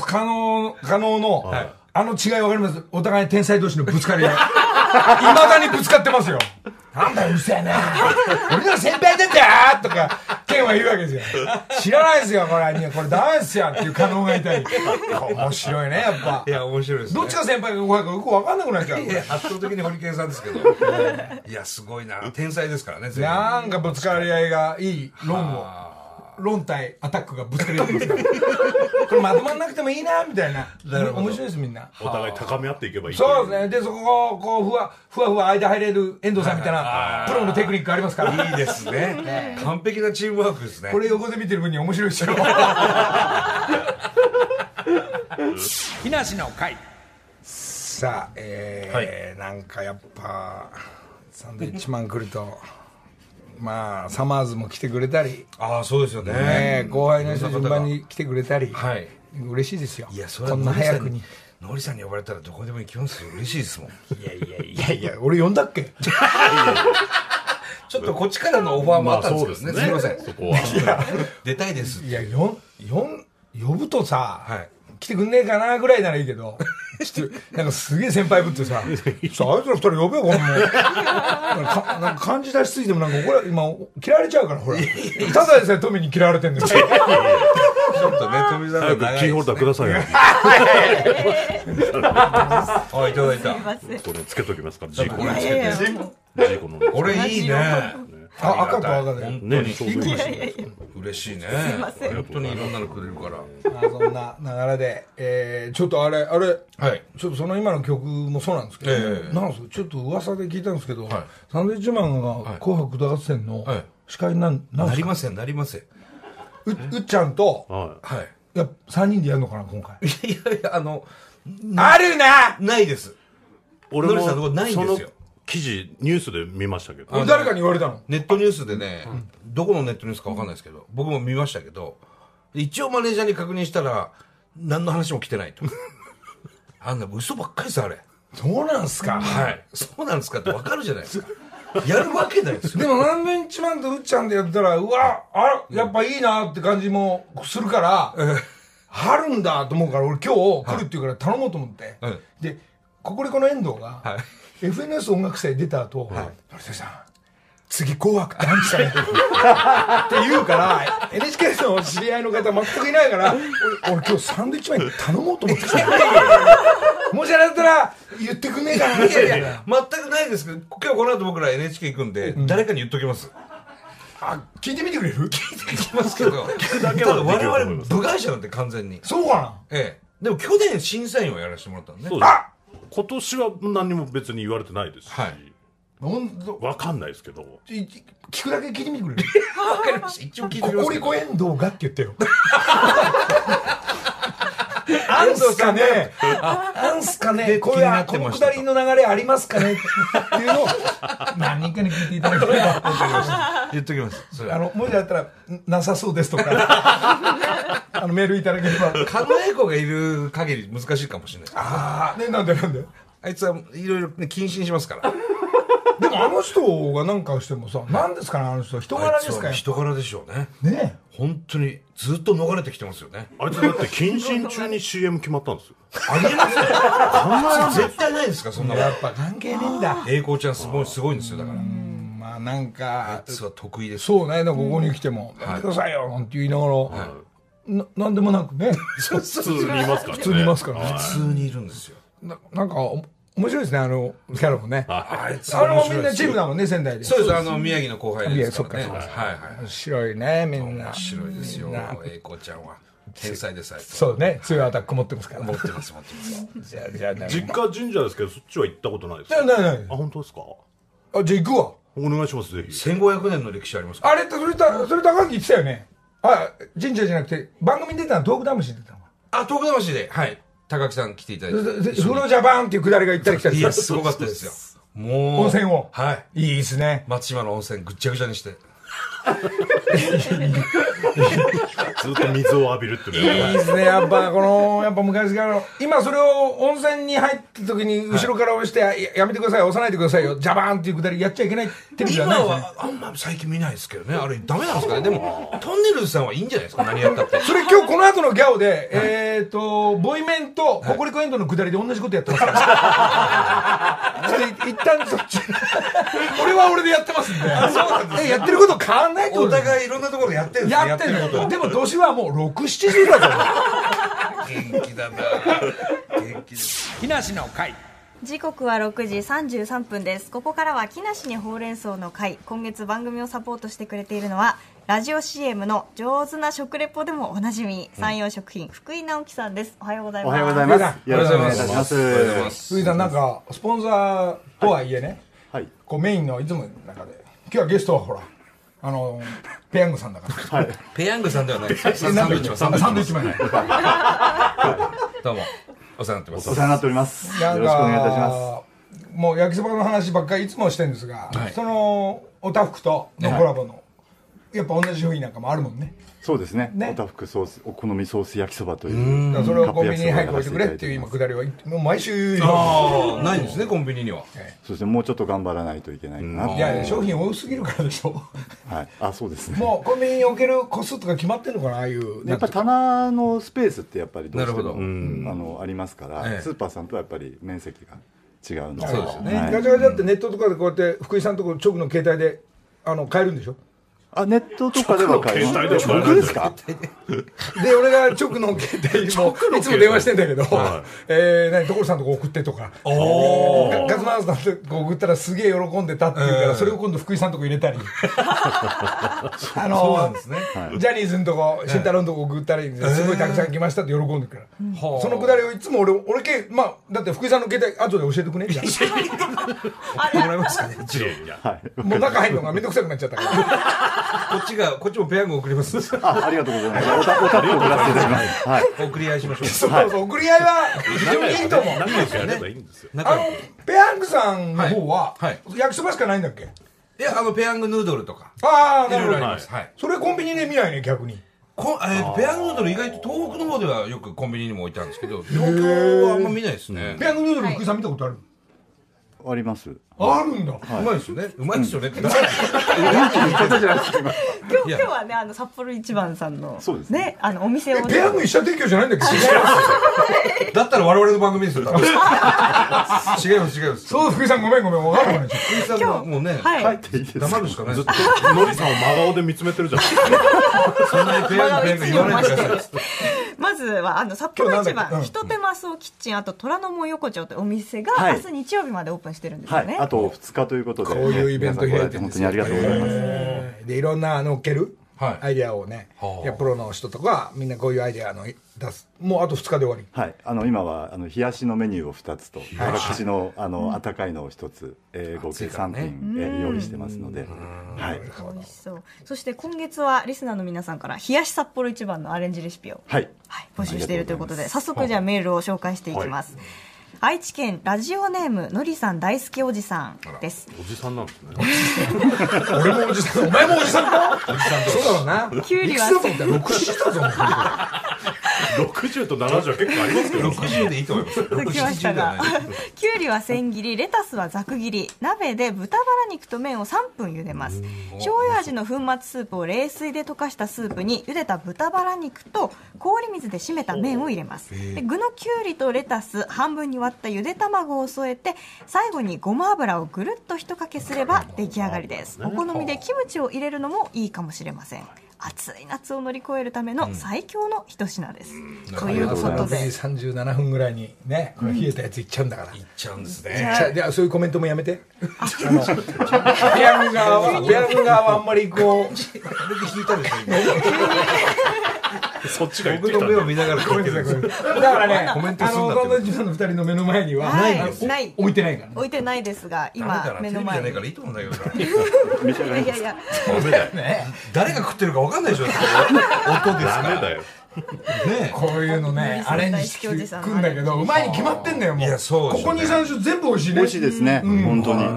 Speaker 3: 可能、可能の、あの違いわかりますお互い天才同士のぶつかり合い。い まだにぶつかってますよ。なんだよ、うるせえな。俺の先輩だったとか、ケンは言うわけですよ。知らないですよ、これ。これダメですよっていう可能がいたり。面白いね、やっぱ
Speaker 1: い。や、面白いですね。
Speaker 3: どっちが先輩か後輩かよくわかんなくなっちゃう。
Speaker 1: いや圧倒的にホリケンさんですけど。いや、すごいな。天才ですからね、全員
Speaker 3: なんかぶつかり合いがいい論を論対アタックがぶつかり合ってますから これまとまんなくてもいいなみたいな
Speaker 1: るほど
Speaker 3: 面白いですみんな
Speaker 2: お互い高め合っていけばいい。
Speaker 3: そうですねでそこをこうふわふわふわ間入れる遠藤さんみたいなプロのテクニックありますから
Speaker 1: いいですね。完璧なチームワークですね
Speaker 3: こ。れ横で見てる分に面白い ですよ
Speaker 5: 木梨の会
Speaker 3: さあえーなんかやっぱサンドイッチマン来るとまあサマーズも来てくれたり、
Speaker 1: ああ、そうですよね。
Speaker 3: ね、後輩の人順番に来てくれたり、
Speaker 1: はい
Speaker 3: 嬉しいですよ
Speaker 1: いや、それは
Speaker 3: こんな早くに。
Speaker 1: ノリさんに呼ばれたらどこでも行きますよ。嬉しいですもん。
Speaker 3: いやいやいやいや、俺呼んだっけ
Speaker 1: ちょっとこっちからのオファーもあったんですけどね。すみません。
Speaker 2: そこは。
Speaker 1: 出たいです。
Speaker 3: いや、よん、よん、呼ぶとさ、
Speaker 1: はい
Speaker 3: 来てくんねえかなぐらいならいいけ ど、ちょっと、なんかすげえ先輩ぶってさ、ちょっとあいつら二人呼べよ、こんなの。なんかなんか感じ出しす ぎてもなんか、これ、今、嫌われちゃうから、ほら。ただでさえ富に嫌われてんです よ。
Speaker 1: ちょっとね、富澤さ
Speaker 2: 早
Speaker 1: ん
Speaker 2: くキ
Speaker 1: 長いですね
Speaker 2: ーホルダーくださいよ。
Speaker 1: あ、いただい
Speaker 4: すい
Speaker 1: た。
Speaker 4: ません。
Speaker 2: これつけときますから、ジーコ
Speaker 1: こ
Speaker 2: の
Speaker 1: れ
Speaker 2: ね。
Speaker 4: いやいやもう
Speaker 2: ジーコのね。
Speaker 1: これいいね。
Speaker 3: あ赤と赤で
Speaker 1: 本当
Speaker 2: ね、
Speaker 1: に
Speaker 2: ちょうどいいですね。
Speaker 1: 嬉しいね。
Speaker 4: ません
Speaker 1: 本当にいろんなのくれるから。
Speaker 3: まあそんな流れで、えーちょっとあれ、あれ、
Speaker 1: はい。
Speaker 3: ちょっとその今の曲もそうなんですけど、
Speaker 1: ええ
Speaker 3: なんすかちょっと噂で聞いたんですけど、
Speaker 1: はい
Speaker 3: サンドウィッチマンが
Speaker 1: い
Speaker 3: 「紅白歌合戦」の
Speaker 1: はい
Speaker 3: 司会なん、なん
Speaker 1: な
Speaker 3: す
Speaker 1: り
Speaker 3: か
Speaker 1: ません、なりません。
Speaker 3: ううっちゃんと、
Speaker 2: は
Speaker 1: はい。
Speaker 3: や3人でやるのかな、今回。
Speaker 1: いやいや、あの、
Speaker 3: あるない
Speaker 1: ないです。
Speaker 2: い。俺
Speaker 1: ノリさんこれ
Speaker 2: も、
Speaker 1: ないんです
Speaker 2: そ
Speaker 1: よ
Speaker 2: の記事、ニュースで見ましたけど。
Speaker 3: 俺誰かに言われたの。
Speaker 1: ネットニュースでね、どこのネットニュースかわかんないですけど、僕も見ましたけど、一応マネージャーに確認したら、何の話も来てない と。あんな嘘ばっかりさ、あれ。
Speaker 3: そうなんすか。
Speaker 1: はい。そうなんですかってわかるじゃない ですか。やるわけないですよ。
Speaker 3: でも、サンドウィッチマンとうっちゃんでやったら、うわ、あやっぱいいなって感じもするから、あるんだと思うから、俺今日来るっていうから頼もうと思って。
Speaker 1: はい
Speaker 3: で、ココリコの遠藤が、
Speaker 1: はい
Speaker 3: FNS 音楽祭出た後、森崎さん、次紅白って何したらいいのって言うから、NHK の知り合いの方全くいないから、俺、俺今日サンドウィッチマンに頼もうと思ってきた。もしあれだったら、言ってくんねえかな。
Speaker 1: いやいや、全くないですけど、今日この後僕ら NHK 行くんで、誰かに言っときます。
Speaker 3: あ、聞いてみてくれる
Speaker 1: 聞きますけど、聞くだ
Speaker 2: けはできると思います
Speaker 1: 我々部外者なんで完全に。
Speaker 3: そうかな
Speaker 1: ええ。でも去年審査員をやらせてもらったんで
Speaker 2: そ
Speaker 1: ね
Speaker 2: う。です今年は何にも別に言われてないですし、
Speaker 1: はい
Speaker 3: ほんと
Speaker 2: わかんないですけど。
Speaker 3: い聞くだけ聞いてみてくれる
Speaker 1: わかりました。一 応聞いて
Speaker 3: コ
Speaker 1: みます
Speaker 3: コ
Speaker 1: け
Speaker 3: リ
Speaker 1: ど
Speaker 3: コ。遠藤がって言 ってよあんすかねあんすかねこ
Speaker 1: 気
Speaker 3: ういう
Speaker 1: にな
Speaker 3: あ
Speaker 1: って
Speaker 3: この
Speaker 1: ま
Speaker 3: く
Speaker 1: した
Speaker 3: だりの流れありますかねっていうのを何人かに聞いていただければ
Speaker 1: 言っときます。それ
Speaker 3: あのもしだったら「なさそうです」 とかあのメールいただければ
Speaker 1: 狩野英孝がいる限り難しいかもしれないです
Speaker 3: ああねなんでなんで
Speaker 1: あいつはいろいろね謹慎しますから
Speaker 3: でもあの人が何かしてもさ何ですかねあの人人柄で
Speaker 1: あ
Speaker 3: すか
Speaker 1: いつは
Speaker 3: ね
Speaker 1: 人柄でしょうね
Speaker 3: ね
Speaker 1: 本当にずっと逃れてきてますよね
Speaker 2: あいつだって謹慎中に CM 決まったんですよ。
Speaker 1: ありえません絶対ないですからそんな
Speaker 3: えやっぱ関係ねえんだ
Speaker 1: 英孝ちゃんすごいすごいんですよだからあ
Speaker 3: うんまあなんか
Speaker 1: いつは得意です
Speaker 3: そうね、でもここに来ても、やめてくださいよなんて言いながら、ななんでもなくね、
Speaker 2: 普通にいますからね。普
Speaker 3: 普通にいますから
Speaker 2: はい
Speaker 3: ね。
Speaker 1: 普通にいるんですよ
Speaker 3: ななんか、お面白いですね、あの、キャラもね。あ
Speaker 1: あいつ
Speaker 3: れもみんなチ
Speaker 1: チ
Speaker 3: ームだもんね、仙台で。
Speaker 1: そうですあの宮城の後輩ですからね
Speaker 3: いやそっか
Speaker 1: はい
Speaker 3: そっ
Speaker 1: はい
Speaker 3: 面白いね、みんな。
Speaker 1: 面白いですよ
Speaker 3: みんな
Speaker 1: 英孝ちゃんは天才ですあいつ
Speaker 3: そうね、強いアタック持ってますから
Speaker 1: 持。ってます持ってます
Speaker 3: じゃあ、じゃあ、じゃあ、じ
Speaker 2: 実家神社ですけど、そっちは行ったことないです
Speaker 3: ゃあ、
Speaker 2: か。
Speaker 3: ないない
Speaker 2: あ、本当ですか
Speaker 3: あじゃあ行くわ。
Speaker 2: お願いします、ぜひ。
Speaker 1: 1500年の歴史ありますから
Speaker 3: あれって、それた、それ高木言ってたよね。あ、神社じゃなくて、番組に出たの、トーク魂に出たの。
Speaker 1: あ東北魂ではい高木さん来ていただい
Speaker 3: で
Speaker 1: て
Speaker 3: で風呂ジャパンっていうくだりが行ったり来た
Speaker 1: い
Speaker 3: りして
Speaker 1: や、すごかったですよ。もう。
Speaker 3: 温泉を。
Speaker 1: はい。
Speaker 3: いいですね。
Speaker 1: 松島の温泉ぐっちゃぐちゃにして。
Speaker 2: ずっと水を浴びるっていうの
Speaker 3: いいですね、やっぱこの、やっぱ昔からの、今それを温泉に入った時に後ろから押して、ややめてください、押さないでくださいよ、ジャバーンっていうくだりやっちゃいけないテレビじ
Speaker 1: 今
Speaker 3: ゃないですね。
Speaker 1: は、あんま最近見ないですけどね。あれ、ダメなんですかね。でも、トンネルズさんはいいんじゃないですか。何やったって。
Speaker 3: それ今日この後のギャオで、えっ、と、ボイメンとココリコエンドのくだりで同じことやってますから。ちょっと一旦そっち。俺は俺でやってますんで。えやってること変わんないってこ
Speaker 1: お
Speaker 3: とです
Speaker 1: 互いいろんなところでやってるんですね
Speaker 3: やってる
Speaker 1: やってる
Speaker 3: の。でも年はもう6、70だぞ。
Speaker 1: 元気だな元気です。
Speaker 5: 木梨の会
Speaker 4: 時刻は6時33分ですここからは木梨にほうれん草の会今月番組をサポートしてくれているのはラジオ CM の上手な食レポでもおなじみ山陽食品福井直樹さんですおはようござい
Speaker 6: お
Speaker 4: ます
Speaker 6: はようございます。よろしくお願いいたしま。
Speaker 1: ありがとうございますす。
Speaker 3: 鈴木さんなんかスポンサーとはいえね、
Speaker 6: はい
Speaker 3: こうメインのいつもの中で今日はゲストはほらあのペヤングさんだから
Speaker 1: ペヤングさんではないです。サン
Speaker 3: えなん
Speaker 1: ド
Speaker 3: で
Speaker 1: イッチマン、サ
Speaker 3: サ
Speaker 1: ン
Speaker 3: ン
Speaker 1: ドイ
Speaker 3: ドイ
Speaker 1: ッチマン
Speaker 3: ッチマンや
Speaker 1: どうも。お世話になってます。
Speaker 6: お世話になっております。よ
Speaker 3: な
Speaker 6: ろ
Speaker 3: ん
Speaker 6: し
Speaker 3: か
Speaker 6: くお願いいたします。
Speaker 3: もう焼きそばの話ばっかりいつもしてるんですが、
Speaker 1: はい
Speaker 3: そのおたふくとのコラボの、やっぱ同じ商品なんかもあるもんね、
Speaker 6: そうですね。
Speaker 3: ね
Speaker 6: おたふくソース、お好みソース焼きそばという。
Speaker 3: だからそれをコンビニに
Speaker 6: カ
Speaker 3: 早
Speaker 6: ッ
Speaker 3: く置
Speaker 6: プ
Speaker 3: いて
Speaker 6: 焼きそ
Speaker 3: く
Speaker 6: ばを
Speaker 3: れ
Speaker 6: や
Speaker 3: っ
Speaker 6: らせ
Speaker 3: て
Speaker 6: て
Speaker 3: いう
Speaker 6: いただ
Speaker 3: 今
Speaker 6: いて
Speaker 3: くだりはもう毎週言う
Speaker 1: ああ、ないんですね、コンビニには。
Speaker 6: そうですね。もうちょっと頑張らないといけないかなと。
Speaker 3: いやいや商品多すぎるからでしょ
Speaker 6: はい。あ、そうですね。
Speaker 3: もうコンビニに置ける個数とか決まってるのかなああいう
Speaker 6: やっぱ棚のスペースってやっぱりどうして
Speaker 1: なる
Speaker 6: も
Speaker 1: ほど
Speaker 6: うんあのありますから、
Speaker 1: ええ
Speaker 6: スーパーさんとはやっぱり面積が違うので。
Speaker 1: そうですよね
Speaker 6: はい
Speaker 3: ガチャガチャってネットとかでこうやって福井さんとこ直の携帯であの買えるんでしょ
Speaker 6: あネットとかでは買います
Speaker 2: 直の携帯では買えない
Speaker 6: 僕ですか
Speaker 3: で、俺が直の携帯にも、いつも電話してんだけど、
Speaker 2: は
Speaker 3: えー、何、所さんとこ送ってとか、
Speaker 1: おー
Speaker 3: ガガズマンさんとこ送ったらすげえ喜んでたっていうから、それを今度福井さんとこ入 れたり。あ
Speaker 1: そうなん
Speaker 3: の
Speaker 1: ですね。
Speaker 3: ジャニーズのとこ、慎太郎のとこ送ったり、すごいたくさん来ましたって喜んでくから。
Speaker 1: はあ
Speaker 3: そのくだりをいつも俺、俺け、まあ、だって福井さんの携帯後で教えてくねじゃん。
Speaker 4: あ
Speaker 1: もら
Speaker 4: ら
Speaker 1: えますかね。こ
Speaker 2: 一年や
Speaker 3: もう中入るのがめんどくさくなっちゃったから。
Speaker 1: っちが、こっちもペヤング送ります。
Speaker 6: あありがとうございますおたおたっぷ送らせ ていただきますはい
Speaker 1: 送り合いしましょう。
Speaker 3: そうそうそう、送り合いは非常にいいと思う。
Speaker 2: 仲良くやればいいんですよ
Speaker 3: あ
Speaker 1: 仲良く
Speaker 3: の、ペヤングさんの方は、
Speaker 1: はい
Speaker 3: 焼きそばしかないんだっけ
Speaker 1: いや、あの、ペヤングヌードルとか。
Speaker 3: ああ、
Speaker 1: い
Speaker 3: なる
Speaker 1: ろいろ
Speaker 3: ほ
Speaker 1: あ
Speaker 3: ど。
Speaker 1: ります。はい。
Speaker 3: それコンビニで見ないね、逆に。
Speaker 1: こえーペヤングヌードル意外と東北の方ではよくコンビニにも置いてあるんですけど、東京はあんま見ないですね
Speaker 3: ペ。ヤングヌードルの福井さん見たことある、
Speaker 6: あ ります
Speaker 3: あるんだ。
Speaker 1: うまいですよね。うまいですよねって。い
Speaker 4: 今日今
Speaker 1: や
Speaker 4: 日はねあの札幌一番さんの
Speaker 6: そうですね
Speaker 4: あのお店を
Speaker 3: ペヤング一社提供じゃないんだけど。
Speaker 1: だったら我々の番組ですよ、多分違います、違います。
Speaker 3: そう、福井さんごめんごめん、わかんない。
Speaker 1: 福井さんがもうね、
Speaker 4: はい、
Speaker 6: 帰っていいです
Speaker 1: 黙
Speaker 6: か
Speaker 1: るしかない
Speaker 2: ず
Speaker 1: で
Speaker 2: っ
Speaker 1: す
Speaker 2: と。ノリさんを真顔で見つめてるじゃないですか
Speaker 1: そんなにペヤング、ペヤング言わないでください。
Speaker 4: まずはあの札幌
Speaker 3: 今日な
Speaker 4: 一
Speaker 3: んだっけう
Speaker 4: 番
Speaker 3: ん
Speaker 4: ひと手間そうキッチンあと虎ノ門横丁というお店が、
Speaker 6: はい
Speaker 4: 明日日曜日までオープンしてるんですよ
Speaker 6: は
Speaker 4: ね、
Speaker 6: いあと2日ということで
Speaker 3: こういうイベント
Speaker 6: ね皆
Speaker 3: 開い
Speaker 6: さ
Speaker 3: て
Speaker 6: ん来られて
Speaker 3: るんで
Speaker 6: 本当
Speaker 3: す
Speaker 6: に
Speaker 3: よ
Speaker 6: ありがとうございます
Speaker 3: で、いろんな乗っける、
Speaker 1: はい
Speaker 3: アイデアをね、
Speaker 1: はあ
Speaker 3: いやプロの人とか、みんなこういうアイデアの出す。もうあと2日で終わり。
Speaker 6: はい、あの今はあの冷やしのメニューを2つと、私のあの温かいのを1つ、えー合
Speaker 1: 暑
Speaker 6: 計
Speaker 1: いから
Speaker 6: 3
Speaker 1: ね
Speaker 6: 品、えー用意してますので、はい、
Speaker 4: 美味しそうそして今月はリスナーの皆さんから冷やし札幌一番のアレンジレシピを、
Speaker 6: はい、
Speaker 4: はい、募集しているということ
Speaker 6: あ
Speaker 4: で
Speaker 6: り
Speaker 4: 早速じゃあメールを紹介していきます、愛知県ラジオネームのりさん大好きおじさんです
Speaker 2: おじさんなんですね
Speaker 3: 俺もおじさん、お前もおじさんだそうだろう な。
Speaker 4: きゅうりはい
Speaker 3: くつだと思ったら60だぞ、お前
Speaker 2: 60と70は結構ありますけど
Speaker 1: 60でいいと思います。
Speaker 4: 続きましたが きゅうりは千切りレタスはざく切り鍋で豚バラ肉と麺を3分茹でます醤油味の粉末スープを冷水で溶かしたスープに茹でた豚バラ肉と氷水で締めた麺を入れますで具のきゅうりとレタス半分に割ったゆで卵を添えて最後にごま油をぐるっとひとかけすれば出来上がりですお好みでキムチを入れるのもいいかもしれません暑い夏を乗り越えるための最強の一品です、というこ
Speaker 3: そ
Speaker 4: と
Speaker 3: の
Speaker 4: で
Speaker 3: 9時37分ぐらいにね、これ冷えたやついっちゃうんだから。
Speaker 1: いっちゃうんですね。
Speaker 3: じゃあじゃあそういうコメントもやめて。あのペヤング側は、ペヤング側はあんまりこう、
Speaker 1: あれで聞いたんですよ、今
Speaker 2: そっちが言って
Speaker 1: 僕
Speaker 2: きた
Speaker 1: の
Speaker 2: ん
Speaker 1: 目
Speaker 2: で
Speaker 1: を見ながら聞いてるんですよ。
Speaker 3: だからね、
Speaker 1: コメント
Speaker 3: あ
Speaker 1: すん
Speaker 3: の、
Speaker 1: なって
Speaker 3: そんな自分の二人の目の前には、
Speaker 4: はい
Speaker 3: あのお
Speaker 4: ない
Speaker 3: 置いてないからね。
Speaker 4: 置いてないですが
Speaker 1: ダメだ
Speaker 4: 今
Speaker 1: な、
Speaker 4: 目
Speaker 1: テレビじ
Speaker 4: の
Speaker 1: ゃな
Speaker 4: 前に
Speaker 1: いからいいと思うんだけどな。
Speaker 6: 召し上がり
Speaker 4: い
Speaker 6: ま
Speaker 4: や
Speaker 6: す
Speaker 4: いや
Speaker 2: ダメだよ
Speaker 1: 誰が食ってるか分かんないでしょ、だって音ですか
Speaker 2: ダメ
Speaker 1: ら。
Speaker 2: だよ
Speaker 1: ね
Speaker 3: こういうのね、アレンジしてくんだけど、うまいに決まってんだよ、もう。
Speaker 1: いやそうで
Speaker 3: こ
Speaker 1: しょ
Speaker 3: こ
Speaker 1: う
Speaker 3: に
Speaker 1: ね
Speaker 3: 3種全部美味しいね。
Speaker 6: 美味しいですね、本当に、え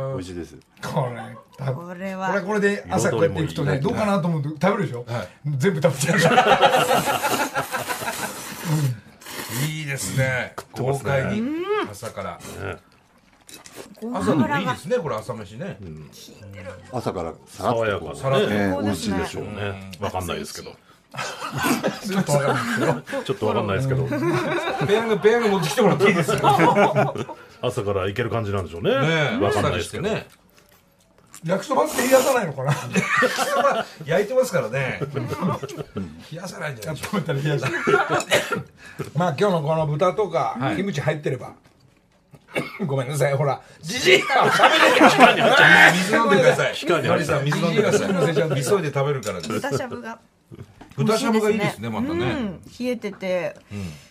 Speaker 6: ー、美味しいです
Speaker 3: これ多分
Speaker 4: これは
Speaker 3: これこれで朝こうやっていくとねどうかなと思うと食べるでしょ、
Speaker 1: はい
Speaker 3: 全部食べちゃうから
Speaker 1: いいですね。豪快に、朝から。
Speaker 4: ごま
Speaker 1: 朝でも
Speaker 4: 油
Speaker 1: いい
Speaker 4: が
Speaker 1: ですね、これ朝飯ね。
Speaker 6: 朝からさらっと
Speaker 2: 爽や
Speaker 6: こ
Speaker 2: か
Speaker 6: う
Speaker 1: さらっと
Speaker 6: え
Speaker 4: こ
Speaker 6: ー
Speaker 4: う
Speaker 6: 美
Speaker 4: で
Speaker 6: 味し
Speaker 4: す
Speaker 6: い
Speaker 4: ね
Speaker 6: でしょう
Speaker 2: ねわかんないですけど
Speaker 3: ちょっとわかんないですけど
Speaker 2: ちょっとわかんないですけど
Speaker 1: ペヤング、ペヤング持ってきてもらっていいですかね
Speaker 2: 朝からいける感じなんでしょうね
Speaker 1: え、
Speaker 2: わかん
Speaker 1: 朝
Speaker 2: ないで
Speaker 1: に
Speaker 2: す
Speaker 1: し
Speaker 2: け
Speaker 1: て
Speaker 2: ど
Speaker 1: ね。
Speaker 3: 焼きそばって言い出さないのかなや
Speaker 1: 焼いてますからね。冷やさないんじゃないでしょ
Speaker 3: っと思ったら冷やし まあ今日のこの豚とか、キムチ入ってれば ごめんなさいほらじじいが
Speaker 1: うか。水飲んでください。
Speaker 2: 機械に入れた
Speaker 1: マリさん水飲んでください。急いで食べるからです。
Speaker 4: 豚しゃぶが
Speaker 1: 豚しゃぶがいいですね、また
Speaker 4: う
Speaker 1: ね。
Speaker 4: ん冷えてて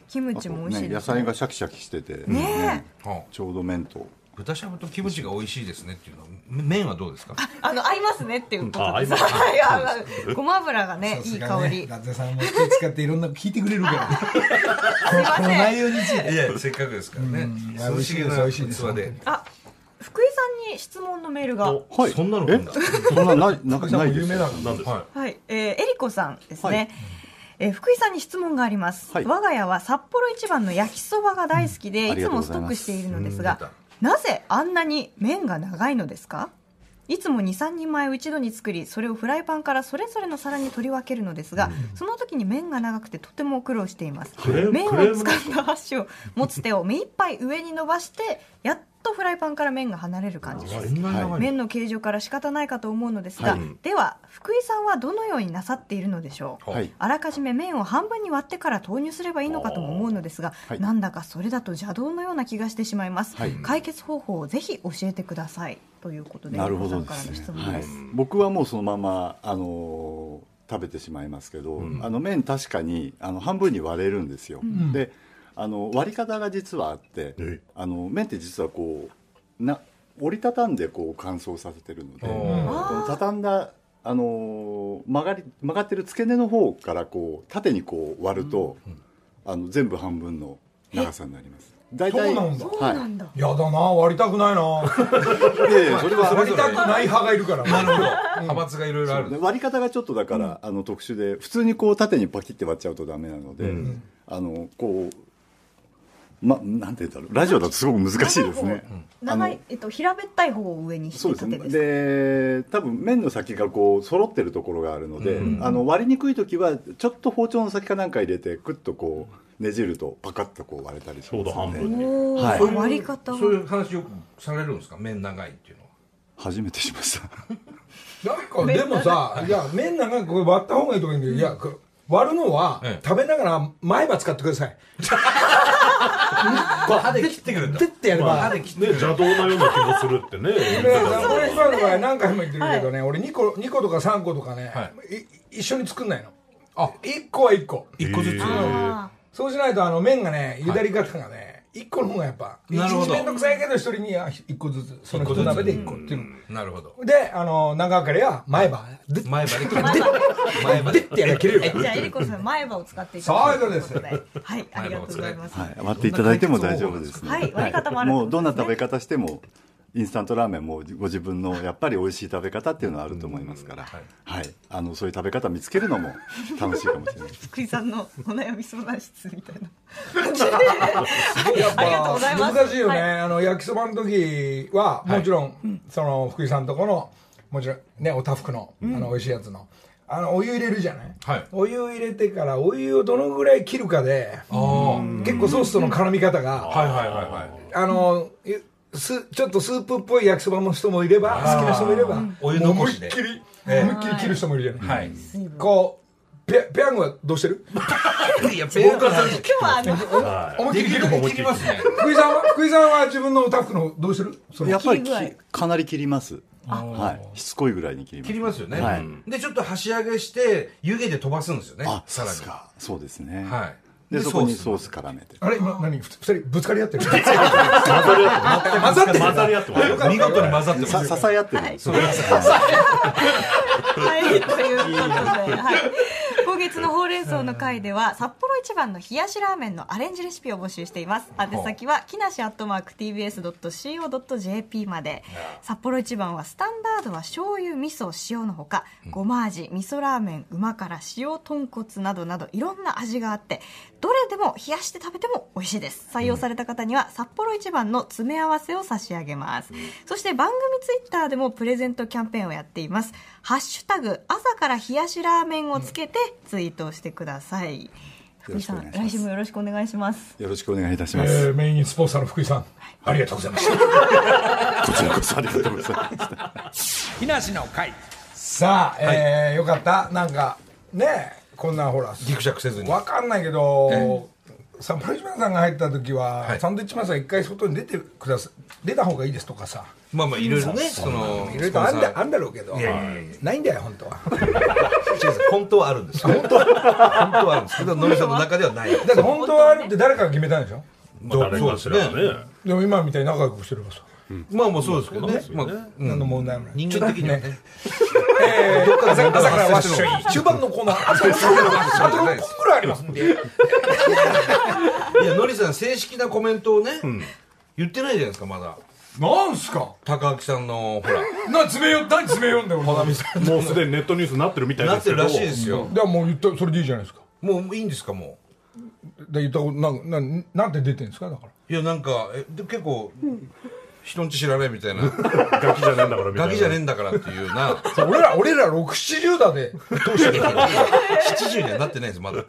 Speaker 4: キムチも美味しい
Speaker 6: ね、
Speaker 4: で
Speaker 6: 野
Speaker 4: す
Speaker 6: 菜がシャキシャキしてて、
Speaker 4: ね
Speaker 1: はあ
Speaker 6: ちょうど麺と
Speaker 1: 豚しゃぶとキムチが美味しいですねっていうのは、麺はどうですか
Speaker 4: あの合いますねっていうこと
Speaker 2: あ合い
Speaker 4: で
Speaker 2: ますす
Speaker 4: はいあのごま油がねいい香
Speaker 3: 伊
Speaker 4: り
Speaker 3: 達さんも気使っていろんなの聞いてくれる からねこのこの内容について
Speaker 1: いや、せっかくですからね。
Speaker 3: うん
Speaker 1: 涼しげな
Speaker 3: 美味しいです
Speaker 1: 器で。
Speaker 4: あ福井さんに質問のメールが
Speaker 6: はい
Speaker 1: そんなの来
Speaker 6: え
Speaker 1: んだ
Speaker 6: そんなないな
Speaker 3: さ
Speaker 6: なんい
Speaker 3: も
Speaker 6: で
Speaker 3: 有
Speaker 6: す
Speaker 3: 名だから
Speaker 2: なんです
Speaker 4: はい、えー、えりこさんですね。
Speaker 6: はい
Speaker 4: えー福井さんに質問があります、
Speaker 6: はい
Speaker 4: 我が家は札幌一番の焼きそばが大好きで、
Speaker 6: うんあ
Speaker 4: い
Speaker 6: り
Speaker 4: つ
Speaker 6: がとう
Speaker 4: もストッ
Speaker 6: ございます
Speaker 4: クしているのです
Speaker 1: うん出
Speaker 4: がなぜあんなに麺が長いのですかいつも23人前を一度に作りそれをフライパンからそれぞれの皿に取り分けるのですが、その時に麺が長くてとても苦労しています
Speaker 2: レーム
Speaker 4: 麺を
Speaker 2: クレーム
Speaker 4: 掴んだ箸を持つ手を目いっぱい上に伸ばしてやっととフライパンから麺が離れる感じです
Speaker 1: んなに長い
Speaker 4: 麺の形状から仕方ないかと思うのですが、では福井さんはどのようになさっているのでしょう、
Speaker 6: はい
Speaker 4: あらかじめ麺を半分に割ってから投入すればいいのかとも思うのですが、
Speaker 6: はい
Speaker 4: なんだかそれだと邪道のような気がしてしまいます、
Speaker 6: はい
Speaker 4: 解決方法をぜひ教えてくださいということで
Speaker 6: なるほど
Speaker 4: 皆
Speaker 6: で
Speaker 4: さんからの
Speaker 6: す
Speaker 4: 質
Speaker 6: ね、
Speaker 4: 問
Speaker 6: は
Speaker 4: で
Speaker 6: い
Speaker 4: す、、
Speaker 6: 僕はもうそのまま、あのー食べてしまいますけど、あの麺確かにあの半分に割れるんですよ、であの割り方が実はあって
Speaker 2: え
Speaker 6: あの麺って実はこうな折りたたんでこう乾燥させてるので
Speaker 1: お
Speaker 6: この畳んだ、あのー曲がり曲がってる付け根の方からこう縦にこう割ると、あの全部半分の長さになります大体
Speaker 3: そうなんだ
Speaker 4: そうなんだ、
Speaker 3: やだな割りたくないな
Speaker 6: はい、いやいやそれはそれ
Speaker 3: 割りたくない派がいるから
Speaker 1: なるほど派閥がいろいろあ
Speaker 6: で
Speaker 1: る
Speaker 6: 割り方がちょっとだから、あの特殊で普通にこう縦にパキって割っちゃうとダメなので、あのこう、ま、なんて言うんだろうラジオだとすごく難しいですね。あの
Speaker 4: 長い、えっと、平べったい方を上に
Speaker 6: そ
Speaker 4: 引
Speaker 6: う
Speaker 4: い
Speaker 6: です
Speaker 4: て
Speaker 6: ね
Speaker 4: てですか
Speaker 6: で多分麺の先がこう揃ってるところがあるので、あの割りにくい時はちょっと包丁の先かなんか入れてクッとこうねじるとパカッとこう割れたりし
Speaker 2: ちょ
Speaker 6: ま
Speaker 2: うど
Speaker 6: すの
Speaker 2: 半
Speaker 6: で
Speaker 2: 分に
Speaker 4: おー
Speaker 6: はい
Speaker 4: 割り方
Speaker 1: そうい
Speaker 4: は
Speaker 1: う話よくされるんですか麺長いっていうのは
Speaker 6: 初めてしました
Speaker 3: なんかでもさいや麺なんかこれ割った方がいいと思うんだけど、いやこ割るのは、
Speaker 1: ええ
Speaker 3: 食べながら前歯使ってください
Speaker 1: 歯で切ってくるんだ
Speaker 3: てってやれば、
Speaker 2: まあね邪道なような気もするってね言って
Speaker 3: 俺
Speaker 2: たから
Speaker 3: 俺今の場合何回も言ってるけどね、俺2個二個とか3個とかね、、
Speaker 1: はい
Speaker 3: 一緒に作んないの
Speaker 1: あ
Speaker 3: 1個は1個
Speaker 1: 一個ずつ
Speaker 4: あ
Speaker 3: そうしないとあの麺がねゆだり方がね、一1個の方がやっぱ
Speaker 1: なるほど
Speaker 3: 一日面倒くさいけど1人には1個ずつその人鍋で1個っていう
Speaker 1: なるほど
Speaker 3: であの長かれは前歯で
Speaker 1: 前歯で切る前歯で
Speaker 3: ってやりゃ切れる
Speaker 4: ー
Speaker 3: か
Speaker 4: じゃ
Speaker 3: ら
Speaker 4: あえりこさん前歯を使っていただくということ
Speaker 3: そう
Speaker 4: ではいありがとうございます、
Speaker 6: はい割っていただいても大丈夫ですね
Speaker 4: はい割り方もあるんですね
Speaker 6: もうどんな食べ方してもインスタントラーメンもご自分のやっぱり美味しい食べ方っていうのはあると思いますから、はいあのそういう食べ方見つけるのも楽しいかもしれないです
Speaker 4: 福井さんのお悩み相談室みたいな
Speaker 3: やっぱ
Speaker 4: ありがとうございます
Speaker 3: 難しいよね、
Speaker 4: は
Speaker 3: あの焼きそばの時はもちろん、その福井さんとこのもちろんねおたふくの,、あの美味しいやつのあのお湯入れるじゃない、
Speaker 1: はい
Speaker 3: お湯入れてからお湯をどのぐらい切るかで結構ソースとの絡み方が、
Speaker 1: はいはいはいはい
Speaker 3: あのゆすちょっとスープっぽい焼きそばの人もいれば好きな人もいれば
Speaker 1: お湯残しで
Speaker 3: 思いっきり、思いっきり切る人もいるじゃない、
Speaker 1: はい
Speaker 3: こうペペヤングはどうしてる
Speaker 1: いやペーカーさん
Speaker 4: 今日はあの
Speaker 3: 思いっきり切る
Speaker 1: 切りますね
Speaker 3: 福井さんは福井さんは自分のおたふくのどうしてるその
Speaker 6: やっぱり
Speaker 4: 切り具合
Speaker 6: きかなり切ります、はい、しつこいぐらいに切ります
Speaker 1: 切りますよね、
Speaker 6: はい
Speaker 1: でちょっと箸上げして湯気で飛ばすんですよね
Speaker 6: あ
Speaker 1: さら
Speaker 6: さら
Speaker 1: に
Speaker 6: にかそうですね、
Speaker 1: はい
Speaker 6: でそこにソー
Speaker 1: ス
Speaker 6: ス絡めて
Speaker 3: あれ今何ふ二人ぶつかり合って る
Speaker 2: 混ざって混ざり合ってます
Speaker 1: 見事に混ざってます
Speaker 6: さ支え合ってるんですよ、
Speaker 4: はい、ということで、はい、今月のほうれん草の会では札幌一番の冷やしラーメンのアレンジレシピを募集しています宛先は木梨アットマーク TBS.CO.JP まで札幌一番はスタンダードは醤油味噌塩のほかごま味味噌ラーメン旨辛塩豚骨などなどいろんな味があってどれでも冷やして食べても美味しいです採用された方には札幌一番の詰め合わせを差し上げます、そして番組ツイッターでもプレゼントキャンペーンをやっています「ハッシュタグ朝から冷やしラーメン」をつけてツイートをしてください、福井さ
Speaker 6: よろ
Speaker 4: ん
Speaker 6: しくお願い
Speaker 4: 来
Speaker 6: します
Speaker 4: 週もよろしくお願いします
Speaker 6: よろしくお願いいたします、
Speaker 3: えーメインスポンサーの福井さんありがとうございました
Speaker 6: こちらこそありがとうございました
Speaker 5: 木梨の会
Speaker 3: さあ、えーよかったなんかねえこんなほら
Speaker 1: ギクシャクせずに
Speaker 3: わかんないけどサンプルジマンさんが入った時は、
Speaker 1: はい
Speaker 3: サンドイッチマンさん一回外に出てくださ出た方がいいですとかさ
Speaker 1: まあまあいろいろねその
Speaker 3: いろいろあんだあ
Speaker 1: ん
Speaker 3: んだろうけどないんだよ 本当は
Speaker 1: 本当はあるんですよ本当はあるんですけどのりさんの中では ない
Speaker 3: だって本当はあるって誰かが決めたんでしょ
Speaker 2: まあ誰かしらね
Speaker 3: でも今みたいに仲良くしてればさ、
Speaker 1: まあもうそうですけどねまあ
Speaker 3: 何の問題もない
Speaker 1: 人間的には
Speaker 3: ちょっ
Speaker 1: ね
Speaker 3: と待ってね、えー朝
Speaker 1: どっかで問題
Speaker 3: 朝からワッ
Speaker 1: 発生して
Speaker 3: シ
Speaker 1: るの
Speaker 3: ョイ中盤のコーナ ーあと6分ぐらいありますんで
Speaker 1: いやのりさん正式なコメントをね言ってないじゃないですかまだ
Speaker 3: なんすか
Speaker 1: 高木さんのほら
Speaker 3: な詰めよう何詰めようんだよ俺
Speaker 2: もうすでにネットニュースになってるみたい
Speaker 1: な
Speaker 2: で
Speaker 1: って
Speaker 2: すけ
Speaker 1: る
Speaker 2: ど
Speaker 1: らしいですよ
Speaker 3: でもう言ったそれでいいじゃないですか
Speaker 1: もういいんですかも
Speaker 3: で言ったことなんなんなんて出てんですかだから
Speaker 1: ういやなんかえで結構人んち知らないみたいな
Speaker 2: ガキじゃねえんだからみたいな
Speaker 1: ガキじゃねえんだからっていうな
Speaker 3: そう俺ら俺ら670だでどうしてる
Speaker 1: 70にはなってないですまだ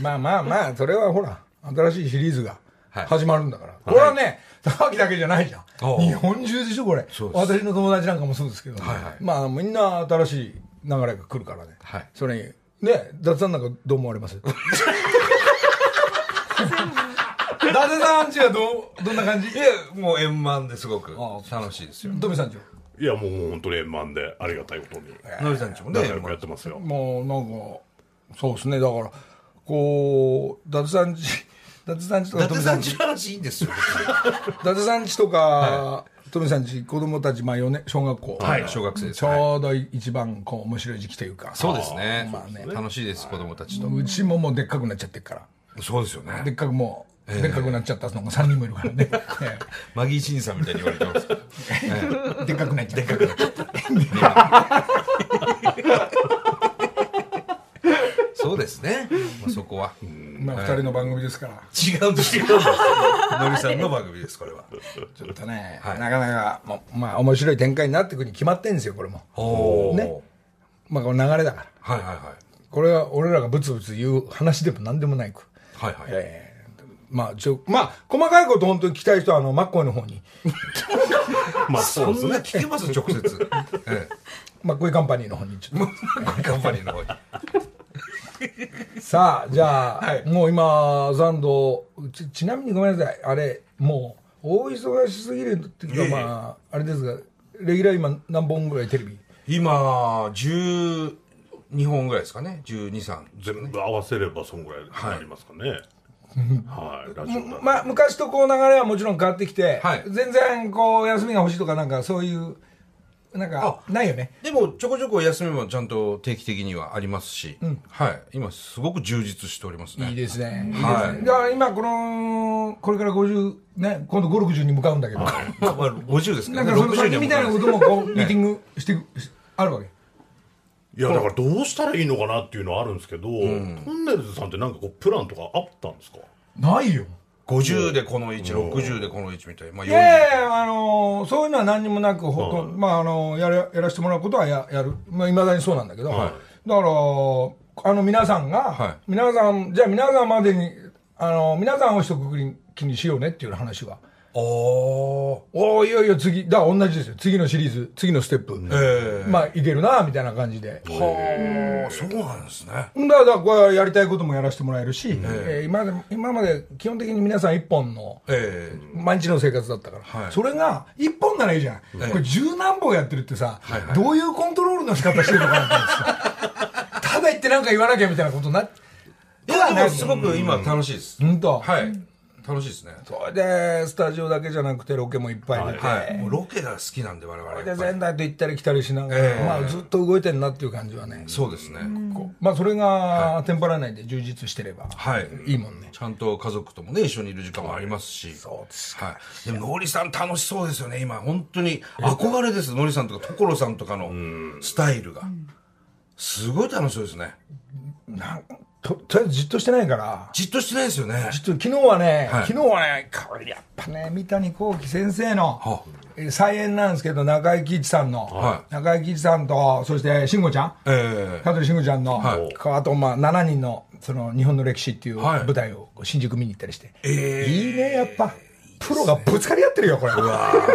Speaker 3: まあまあまあそれはほら新しいシリーズが
Speaker 1: はい
Speaker 3: 始まるんだから。これはね、高木だけじゃないじゃん。
Speaker 1: おう
Speaker 3: 日本中でしょ、これ。
Speaker 1: そうです
Speaker 3: 私の友達なんかもそうですけど、
Speaker 1: はいはい
Speaker 3: まあ、みんな新しい流れが来るからね。
Speaker 1: はい
Speaker 3: それに、ね、雑談なんかどう思わ れます伊達さんちはどう、どんな感じ
Speaker 1: いやもう円満ですごく
Speaker 3: ああ
Speaker 1: 楽しいですよ
Speaker 3: トミさんちはい
Speaker 2: やもう本当に円満でありがたいことに
Speaker 1: のりさんちもね
Speaker 2: 仲良
Speaker 1: 円
Speaker 2: くや
Speaker 1: 満
Speaker 2: ってますよ
Speaker 3: もうなんか、そうですね、だから、こう、伊達さんち、伊達さんちと
Speaker 1: 伊
Speaker 3: か、
Speaker 1: 達さんちの話いいんですよ
Speaker 3: 伊達さんちとか、トミさんち、子供たち、まあ、4年、小学校。
Speaker 1: はい小学生です
Speaker 3: ちょうど一番、こう、面白い時期というか。
Speaker 1: そうですね
Speaker 3: まあね
Speaker 1: 楽しいです子供たちと
Speaker 3: うちももうでっかくなっちゃってるか
Speaker 1: そうですよ
Speaker 3: ら。でっ
Speaker 1: ね
Speaker 3: かくもう、でっかくなっちゃったのが3人もいるか らね。え
Speaker 1: マギー審査みたいに言われてますけど
Speaker 3: えでっかくなっちゃった。
Speaker 1: そうですねまあそこは
Speaker 3: まあ、2人の番組ですから。
Speaker 1: 違うんです違うんですのりさんの番組ですこれ は
Speaker 3: ちょっとね、
Speaker 1: はい
Speaker 3: なかなか、まあ、まあ、面白い展開になってくるに決まってんですよ、これも。
Speaker 1: おお
Speaker 3: ねまあ、この流れだから。
Speaker 1: はいはいはい
Speaker 3: これは俺らがブツブツ言う話でも何でもないく。
Speaker 1: はいはい
Speaker 3: ええまあ、ちょ、まあ、細かいこと本当に聞きたい人は、あの、マッコイの方に、
Speaker 2: まあそうです
Speaker 1: そん
Speaker 2: ね
Speaker 1: な聞けます直 接え
Speaker 3: マッコイカンパニーの方にち
Speaker 1: え
Speaker 3: ょっ
Speaker 1: もうこれカンパニーの方に
Speaker 3: と。さあ、じゃあ、もう今、ザンド、ち、ちなみにごめんなさい。あれ、もう、大忙しすぎるっていうか、まあ、あれですが、レギュラー今何本ぐらいテレビ
Speaker 1: 今12本ぐらいですかね123
Speaker 2: 全部合わせればそんぐらいになりますかねはいラジオだと
Speaker 3: まあ、昔とこう流れはもちろん変わってきて、
Speaker 1: はい
Speaker 3: 全然こう、休みが欲しいとか、なんかそういう、なんか、ないよね。
Speaker 1: でもちょこちょこ休みもちゃんと定期的にはありますし、はい今すごく充実しておりますね
Speaker 3: いいですね。
Speaker 1: はい
Speaker 3: いですねだから今、この、これから50、ね、今度5、60に向かうんだけど、
Speaker 1: まあまあ50ですか
Speaker 3: なん
Speaker 1: ら、ね、
Speaker 3: かその
Speaker 1: 60
Speaker 3: 先
Speaker 1: には
Speaker 3: み
Speaker 1: 向
Speaker 3: た
Speaker 1: か
Speaker 3: い
Speaker 1: な
Speaker 3: な
Speaker 1: い
Speaker 3: こ
Speaker 1: です
Speaker 3: ともこう、ミーティングしてく、しあるわけ。
Speaker 2: いやだからどうしたらいいのかなっていうのはあるんですけど、トンネルズさんってなんかこうプランとかあったんですか
Speaker 3: ないよ。
Speaker 1: 50でこの160でこの1みたいな、まあ、
Speaker 3: いやいやい
Speaker 1: 40
Speaker 3: やあのーそういうのは何にもなく、ほとんど、まあ、あのーやるやらせてもらうことはややる。まあ、いまだにそうなんだけど、だから、あの皆さんが、
Speaker 1: は
Speaker 3: 皆さん、じゃあ皆さんまでに、あのー皆さんを一括り気にしようねっていう話は。
Speaker 1: おー
Speaker 3: おおいよいよ次、だから同じですよ。次のシリーズ、次のステップ。
Speaker 1: ええ
Speaker 3: まあ、いけるな、みたいな感じで。
Speaker 1: はあそうなんですね
Speaker 3: だからだからこれはやりたいこともやらせてもらえるし、えー今でも今まで基本的に皆さん一本の
Speaker 1: ええ
Speaker 3: 毎日の生活だったから、
Speaker 1: はい
Speaker 3: それが一本ならいいじゃない、これ十何本やってるってさ、どういうコントロールの仕方してるのかなって 思うんですよただ言ってなんか言わなきゃみたいなことになっ
Speaker 1: いやでもすごく今楽しいです、
Speaker 3: 本当、
Speaker 1: はい楽しいですね
Speaker 3: それでスタジオだけじゃなくてロケもいっぱい出て、
Speaker 1: はいもうロケが好きなんで我々
Speaker 3: そ
Speaker 1: や
Speaker 3: れ
Speaker 1: っ
Speaker 3: で
Speaker 1: ぱり
Speaker 3: 仙台と行ったり来たりしながら、
Speaker 1: ええ
Speaker 3: まあ、ずっと動いてるなっていう感じはね、
Speaker 1: そうですね、
Speaker 3: こうまあ、それがテンパらないで充実してれば、
Speaker 1: はい
Speaker 3: い、いもんね
Speaker 1: ちゃんと家族ともね、一緒にいる時間もありますし。
Speaker 3: そうです
Speaker 1: はい。でも、のりさん楽しそうですよね、今。本当に憧れです。のりさんとか、所さんとかのスタイルが。すごい楽しそうですね。
Speaker 3: なんととりあえずじっとしてないから
Speaker 1: じっとしてないですよね。
Speaker 3: ちょっと昨日はね、
Speaker 1: はい
Speaker 3: 昨日はね、これやっぱね、三谷幸喜先生
Speaker 1: は
Speaker 3: の、えー再演なんですけど、中井貴一さんの、
Speaker 1: はい
Speaker 3: 中井貴一さんと、そして慎吾ちゃん、
Speaker 1: ええ
Speaker 3: 香取慎吾ちゃんの、
Speaker 1: はい
Speaker 3: こうあと、まあ、7人の、その、日本の歴史っていう
Speaker 1: はい
Speaker 3: 舞台を新宿見に行ったりして、
Speaker 1: ええ
Speaker 3: いいね、やっぱ。プロがぶつかり合ってるよ、これ。慎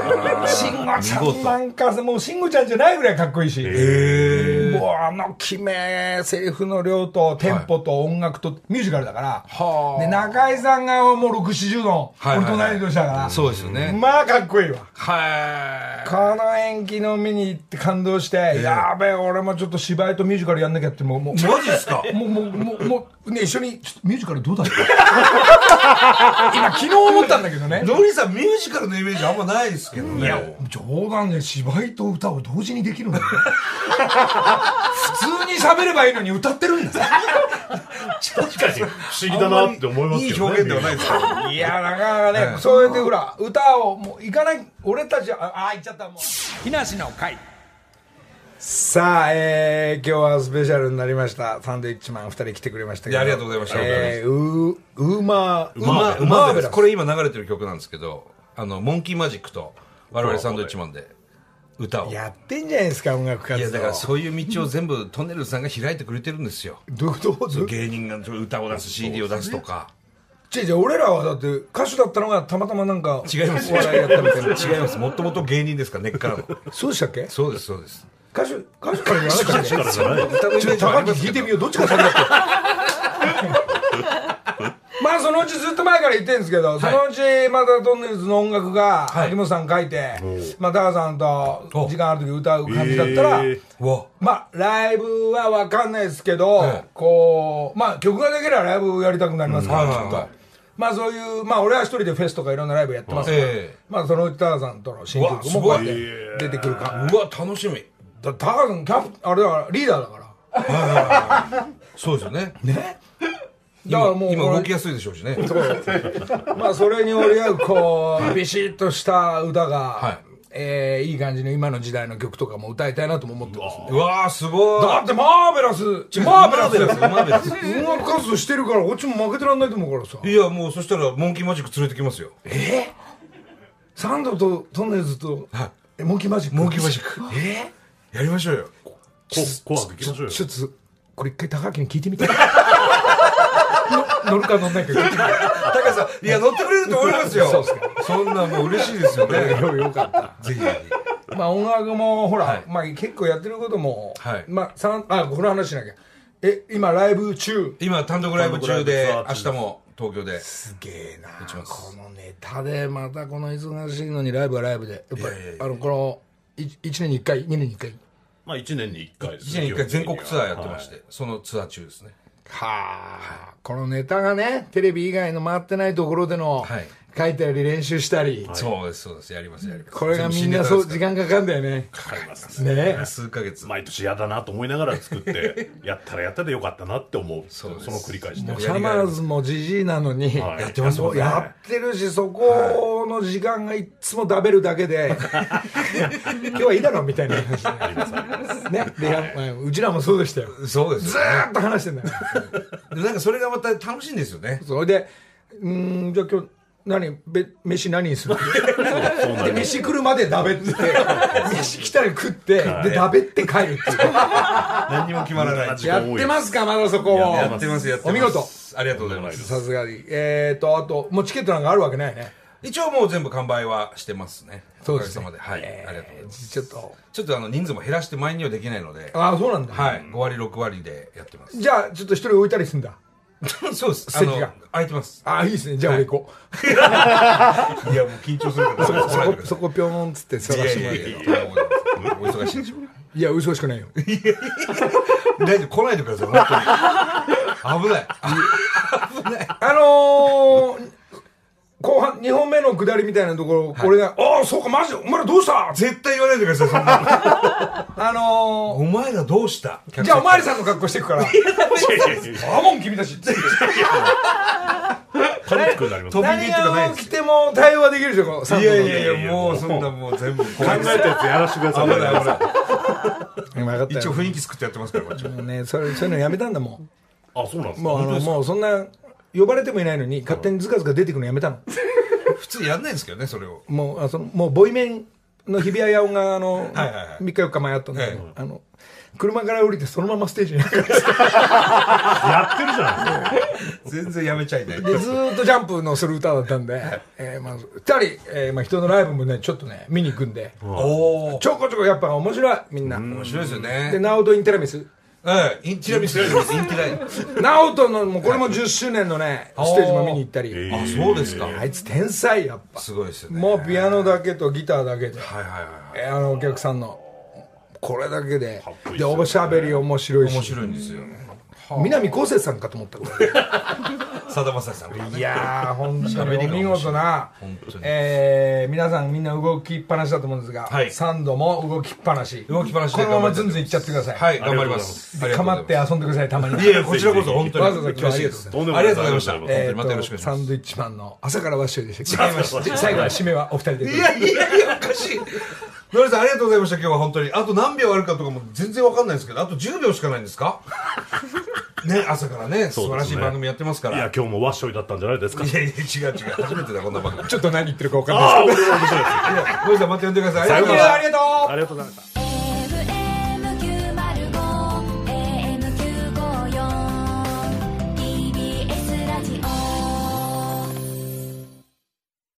Speaker 3: 吾ちゃんなんか、もう慎吾ちゃんじゃないぐらいかっこいいし。もうあの決め、セリフの量と、テンポと音楽と、ミュージカルだから。
Speaker 1: はあ
Speaker 3: で、中井さんがもう6、70の、
Speaker 1: はいはいはい
Speaker 3: 俺と同い年だから。
Speaker 1: そうですよね
Speaker 3: まあ、かっこいいわ。
Speaker 1: はい。
Speaker 3: この演技の見に行って感動して、やべえ、俺もちょっと芝居とミュージカルやんなきゃって、もう、もう、
Speaker 1: マジっすか
Speaker 3: もう、もう、もう、もう、ね、一緒に、ちょっとミュージカルど うだった今、昨日思ったんだけどね。
Speaker 1: のりさん、ミュージカルのイメージあんまないですけどね。
Speaker 3: 冗談で芝居と歌を同時にでき るんだよ普通に喋ればいいのに歌ってるんだぜ
Speaker 2: 確かに不思議だなって思います
Speaker 1: い
Speaker 2: け
Speaker 1: い
Speaker 2: どね
Speaker 1: 表現ではないですから。
Speaker 3: いやなかなかね、そうやってほら歌をもう行かない俺たちはああ行っちゃったもう
Speaker 5: 木梨の会
Speaker 3: さあ、えー、今日はスペシャルになりましたサンドイッチマン2人来てくれましたけど
Speaker 1: いやありがとうございました
Speaker 3: えー、ううまう
Speaker 1: う
Speaker 3: ま
Speaker 1: ま
Speaker 3: うまべ
Speaker 1: べ
Speaker 3: ら
Speaker 1: これ今流れてる曲なんですけど、あの、モンキーマジックと、我々サンドイッチマンで歌を。いや、
Speaker 3: やってんじゃないですか音楽活動
Speaker 1: だからそういう道を全部トンネルズさんが開いてくれてるんですよ。
Speaker 3: どういうこと
Speaker 1: 芸人が歌を出す CD を出すとか
Speaker 3: 違う違う、俺らはだって歌手だったのがたまたまなんか、
Speaker 1: 違います。お笑いやったみたいな。違います。もともと芸人ですから、根っからの。
Speaker 3: そうでしたっけ
Speaker 1: そうです、そうです。
Speaker 3: 歌手、歌手からじゃなかったっけ
Speaker 2: からじゃない
Speaker 1: 歌のイ
Speaker 3: ちょ
Speaker 1: メー
Speaker 3: っ
Speaker 1: ジはあ
Speaker 3: と
Speaker 1: りま
Speaker 3: 高
Speaker 1: す
Speaker 3: 木
Speaker 1: け
Speaker 3: 聞いて
Speaker 1: ど
Speaker 3: みよう。どっちが先だ ったまあそのうちずっと前から言ってるんですけど、そのうちまたトンネルズの音楽が
Speaker 1: はい
Speaker 3: 秋元さん書いて、まあダーさんと時間ある時歌う感じだったら、
Speaker 2: えー
Speaker 1: うわ。
Speaker 3: まあライブはわかんないですけど、
Speaker 1: はい
Speaker 3: こうまあ曲ができればライブやりたくなりますから、
Speaker 1: うん
Speaker 3: ちょっと、
Speaker 1: はいはいはい
Speaker 3: まあそういうまあ俺は一人でフェスとかいろんなライブやってますから、
Speaker 1: え
Speaker 3: まあそのうちダーさんとの新曲
Speaker 1: う
Speaker 3: もこう
Speaker 1: わ
Speaker 3: やっ
Speaker 1: すごい
Speaker 3: て出てくるか
Speaker 1: えうわ、楽しみ。
Speaker 3: だタカさんキャプあれだからリーダーだから
Speaker 1: そうですよね。
Speaker 3: だからもう
Speaker 1: 今
Speaker 3: これ
Speaker 1: 動きやすいでしょうしね。
Speaker 3: まあそれに折り合うこうビシッとした歌が、
Speaker 1: はい
Speaker 3: いえーいい感じの今の時代の曲とかも歌いたいなとも思ってますね
Speaker 1: うわー、すごい。
Speaker 3: だってマーベラスマ
Speaker 1: マ
Speaker 3: ーベラ
Speaker 1: ー
Speaker 3: ス
Speaker 1: ベ
Speaker 3: だ
Speaker 1: ラ
Speaker 3: よ
Speaker 1: ス、マーベラス。
Speaker 3: 音楽活動してるからこっちも負けてらんないと思うからさ
Speaker 1: いや、もうそしたら、モンキーマジック連れてきますよ。
Speaker 3: サンドとトンネルズと、
Speaker 1: はい
Speaker 3: えモンキーマジック
Speaker 1: モンキーマジック。えやりましょうよ。
Speaker 2: こ紅白行きましょうよ
Speaker 3: ちょっとこれ一回高木に聞 いてみての乗るか乗んないか聞いてみ
Speaker 1: 高橋さん、いや、乗ってくれると思いますよ。
Speaker 3: そうっすか
Speaker 1: そんな、もう嬉しいですよね。
Speaker 3: てよかった
Speaker 1: ぜひぜひ。
Speaker 3: まあ音楽もほら、
Speaker 1: はい
Speaker 3: まあ結構やってることも、
Speaker 1: はい
Speaker 3: まあさんあこの話しなきゃえ今ライブ中
Speaker 1: 今、単独ライブ中で、
Speaker 2: 単独ライ
Speaker 1: 明
Speaker 2: ブ
Speaker 1: 日も東京で。
Speaker 3: すげえな
Speaker 1: ちます
Speaker 3: このネタでまたこの忙しいのにライブはライブでやっぱりあのこの1年に1回2年に1回
Speaker 2: まあ1年に1回です
Speaker 1: 1年1回全国ツアーやってまして、そのツアー中ですね。
Speaker 3: はあこのネタがねテレビ以外の回ってないところでの、
Speaker 1: はい
Speaker 3: 書いたり練習したり、
Speaker 1: そうです、そうです。やります、やります。
Speaker 3: これがみん
Speaker 1: 全
Speaker 3: な
Speaker 1: 部
Speaker 3: そう
Speaker 1: 新
Speaker 3: 時
Speaker 1: ネタですか
Speaker 3: 間かかんだよね
Speaker 2: かかりますね
Speaker 3: ねえ
Speaker 1: ら数ヶ月。
Speaker 2: 毎年嫌だなと思いながら作ってやったらやったでよかったなって思うそ
Speaker 1: そうです
Speaker 2: の繰り返しで
Speaker 1: もう
Speaker 3: シャマーズもじじいなのに、
Speaker 2: はい
Speaker 1: やってますもんね。
Speaker 3: やってるし、そこの時間がいつもだべるだけで、 今日はいいだろみたいな話で
Speaker 2: ありますあります
Speaker 3: ね。で、やまあうちらもそうでしたよ。
Speaker 1: そうです
Speaker 3: ず
Speaker 1: よね。
Speaker 3: ーっと話してんだから。
Speaker 1: でなんかそれがまた楽しいんですよね。
Speaker 3: それで、うーん、じゃあ今日、何べ飯何に する
Speaker 2: そうな
Speaker 3: で
Speaker 2: ります
Speaker 3: 飯来るまでだべって飯来たら食ってでだべって帰るっていう
Speaker 1: 何にも決まらない。
Speaker 2: 時
Speaker 3: や
Speaker 2: 間
Speaker 3: っ
Speaker 2: 多い
Speaker 3: てますかまだそこを
Speaker 2: や
Speaker 1: やってます、やってます。
Speaker 3: お見事。
Speaker 1: ありがとうございます。
Speaker 3: さすがにえーとあともうチケットなんかあるわけないね
Speaker 1: 一応もう全部完売はしてますね。
Speaker 3: そうですね
Speaker 1: おかげさまで。はい。
Speaker 3: えー
Speaker 1: ありがとうございます。
Speaker 3: ちょっと
Speaker 1: ちょっとあの人数も減らして前にはできないので、
Speaker 3: ああそうなんだ
Speaker 1: はい。5割、6割でやってます。
Speaker 3: じゃあちょっと一人置いたりすんだ
Speaker 1: そうです。
Speaker 3: 席
Speaker 1: 席
Speaker 3: が
Speaker 1: が空いてます。
Speaker 3: ああいいですねじゃあ俺行こ
Speaker 1: いや、もう緊張するから。
Speaker 3: う、そこそこぴょんっつって
Speaker 1: い
Speaker 3: 探
Speaker 1: や
Speaker 3: し
Speaker 1: い
Speaker 3: て
Speaker 1: や
Speaker 3: も
Speaker 1: いや、お忙しいでしょうから。
Speaker 3: いや嘘しくないよ
Speaker 1: 大丈夫、来ないでください、本当に。危ない。
Speaker 3: あのー後半2本目の下りみたいなところ、俺が「ああそうかマジでお前らどうした?」
Speaker 1: 絶対言わないでください、そんなの。
Speaker 3: あの
Speaker 1: お前らどうした
Speaker 3: ー、じゃあおまわり
Speaker 1: ん。
Speaker 3: さんの格好してくから「
Speaker 2: い
Speaker 3: ああもん君たち」
Speaker 2: パニックになります
Speaker 1: 飛
Speaker 2: 考
Speaker 1: び
Speaker 3: 何
Speaker 1: 切りとかない
Speaker 3: が
Speaker 1: で
Speaker 3: 起き
Speaker 1: す。
Speaker 3: ても対応はできるでしょこの
Speaker 1: いやいやいや、
Speaker 2: も
Speaker 1: も
Speaker 2: う
Speaker 1: うそんなもう全部。
Speaker 2: えたやつやらせてください
Speaker 1: 危ない危ない。
Speaker 3: うまかった
Speaker 1: 一応
Speaker 3: よ
Speaker 1: 雰囲気作ってやってますから、こっちは。
Speaker 3: もうねそれそういうのやめたんだも
Speaker 2: あそうなんです
Speaker 3: ん
Speaker 2: か
Speaker 3: もうあのもうそんな呼ばれてもいないのに勝手にズカズカ出てくのやめたの
Speaker 1: 普通やんないですけどね、それを。
Speaker 3: もうあそのもうボイメンの日比谷野音があの
Speaker 1: はいはいはい
Speaker 3: 3日4日前あったんだけ
Speaker 1: え
Speaker 3: どあの車から降りてそのままステージに上がって
Speaker 2: やってるじゃない
Speaker 1: 全然やめちゃいない。
Speaker 3: で ずーっとジャンプのする歌だったんで、えーまあ、2人、えーまあ、人のライブもねちょっとね見に行くんで
Speaker 1: おお。
Speaker 3: ちょこちょこやっぱ面白いみんな
Speaker 1: 面白いですよ
Speaker 3: で
Speaker 1: ね。
Speaker 3: ナオトインテラミス
Speaker 1: ええ、インティラミスです。インティライ。
Speaker 3: ナオトのもうこれも10周年のねステージも見に行ったり、
Speaker 1: あ、そうですか。
Speaker 3: あいつ天才やっぱ
Speaker 1: すごいですよね。
Speaker 3: もうピアノだけとギターだけで、
Speaker 1: はいはいは
Speaker 3: えーあのお客さんのこれだけで
Speaker 2: っこいいっすよね
Speaker 3: でおしゃべり面白い
Speaker 1: い。
Speaker 3: し
Speaker 1: 面白いんですよ。
Speaker 3: 南こうせつさんかと思ったこれ
Speaker 1: さだまさしさんとかね
Speaker 3: いやー 本当
Speaker 1: 喋り
Speaker 3: に
Speaker 1: が
Speaker 3: お
Speaker 1: 面白い
Speaker 3: 見事な
Speaker 1: 本当に
Speaker 3: えー皆さんみんな動きっぱなしだと思うんですが、
Speaker 1: はい
Speaker 3: サンドも動きっぱなし
Speaker 1: 動きっぱなしで
Speaker 3: このままズンズンいっちゃってください
Speaker 1: はい、頑張ります。
Speaker 3: かまって
Speaker 1: あ
Speaker 3: 遊んでくださいたまに
Speaker 1: りがとうございます。いやいや、こちらこそ本当に。
Speaker 3: わざわざ今日はありがとうございます
Speaker 2: とんでも
Speaker 1: あ
Speaker 2: な
Speaker 1: り
Speaker 2: い
Speaker 1: がとうございました。
Speaker 2: あり
Speaker 1: 本
Speaker 2: が
Speaker 1: 当
Speaker 2: と
Speaker 1: にまたよろしくお願いし
Speaker 3: サ
Speaker 1: ま
Speaker 3: ン
Speaker 1: す。
Speaker 3: ドイッチマンの朝からワッシュでした
Speaker 1: 違いました
Speaker 3: で最後は締めはお二人で
Speaker 1: いやいやいや、おかしい。ノリさん、ありがとうございました、今日は本当に。あと何秒あるかとかも全然わかんないですけど、あと10秒しかないんですか ね、朝からね、素晴らしい番組やってますか
Speaker 2: いや
Speaker 1: ら。
Speaker 2: 今日もワッショイだったんじゃないですか
Speaker 1: いやいや、違う違う。初めてだ、こんな番組。
Speaker 3: ちょっと何言ってるか分かんない
Speaker 2: ああ俺も面白いです
Speaker 1: ノリさん、また呼んでください。ありがとうございました。
Speaker 3: ありがとう
Speaker 2: ありがとうございました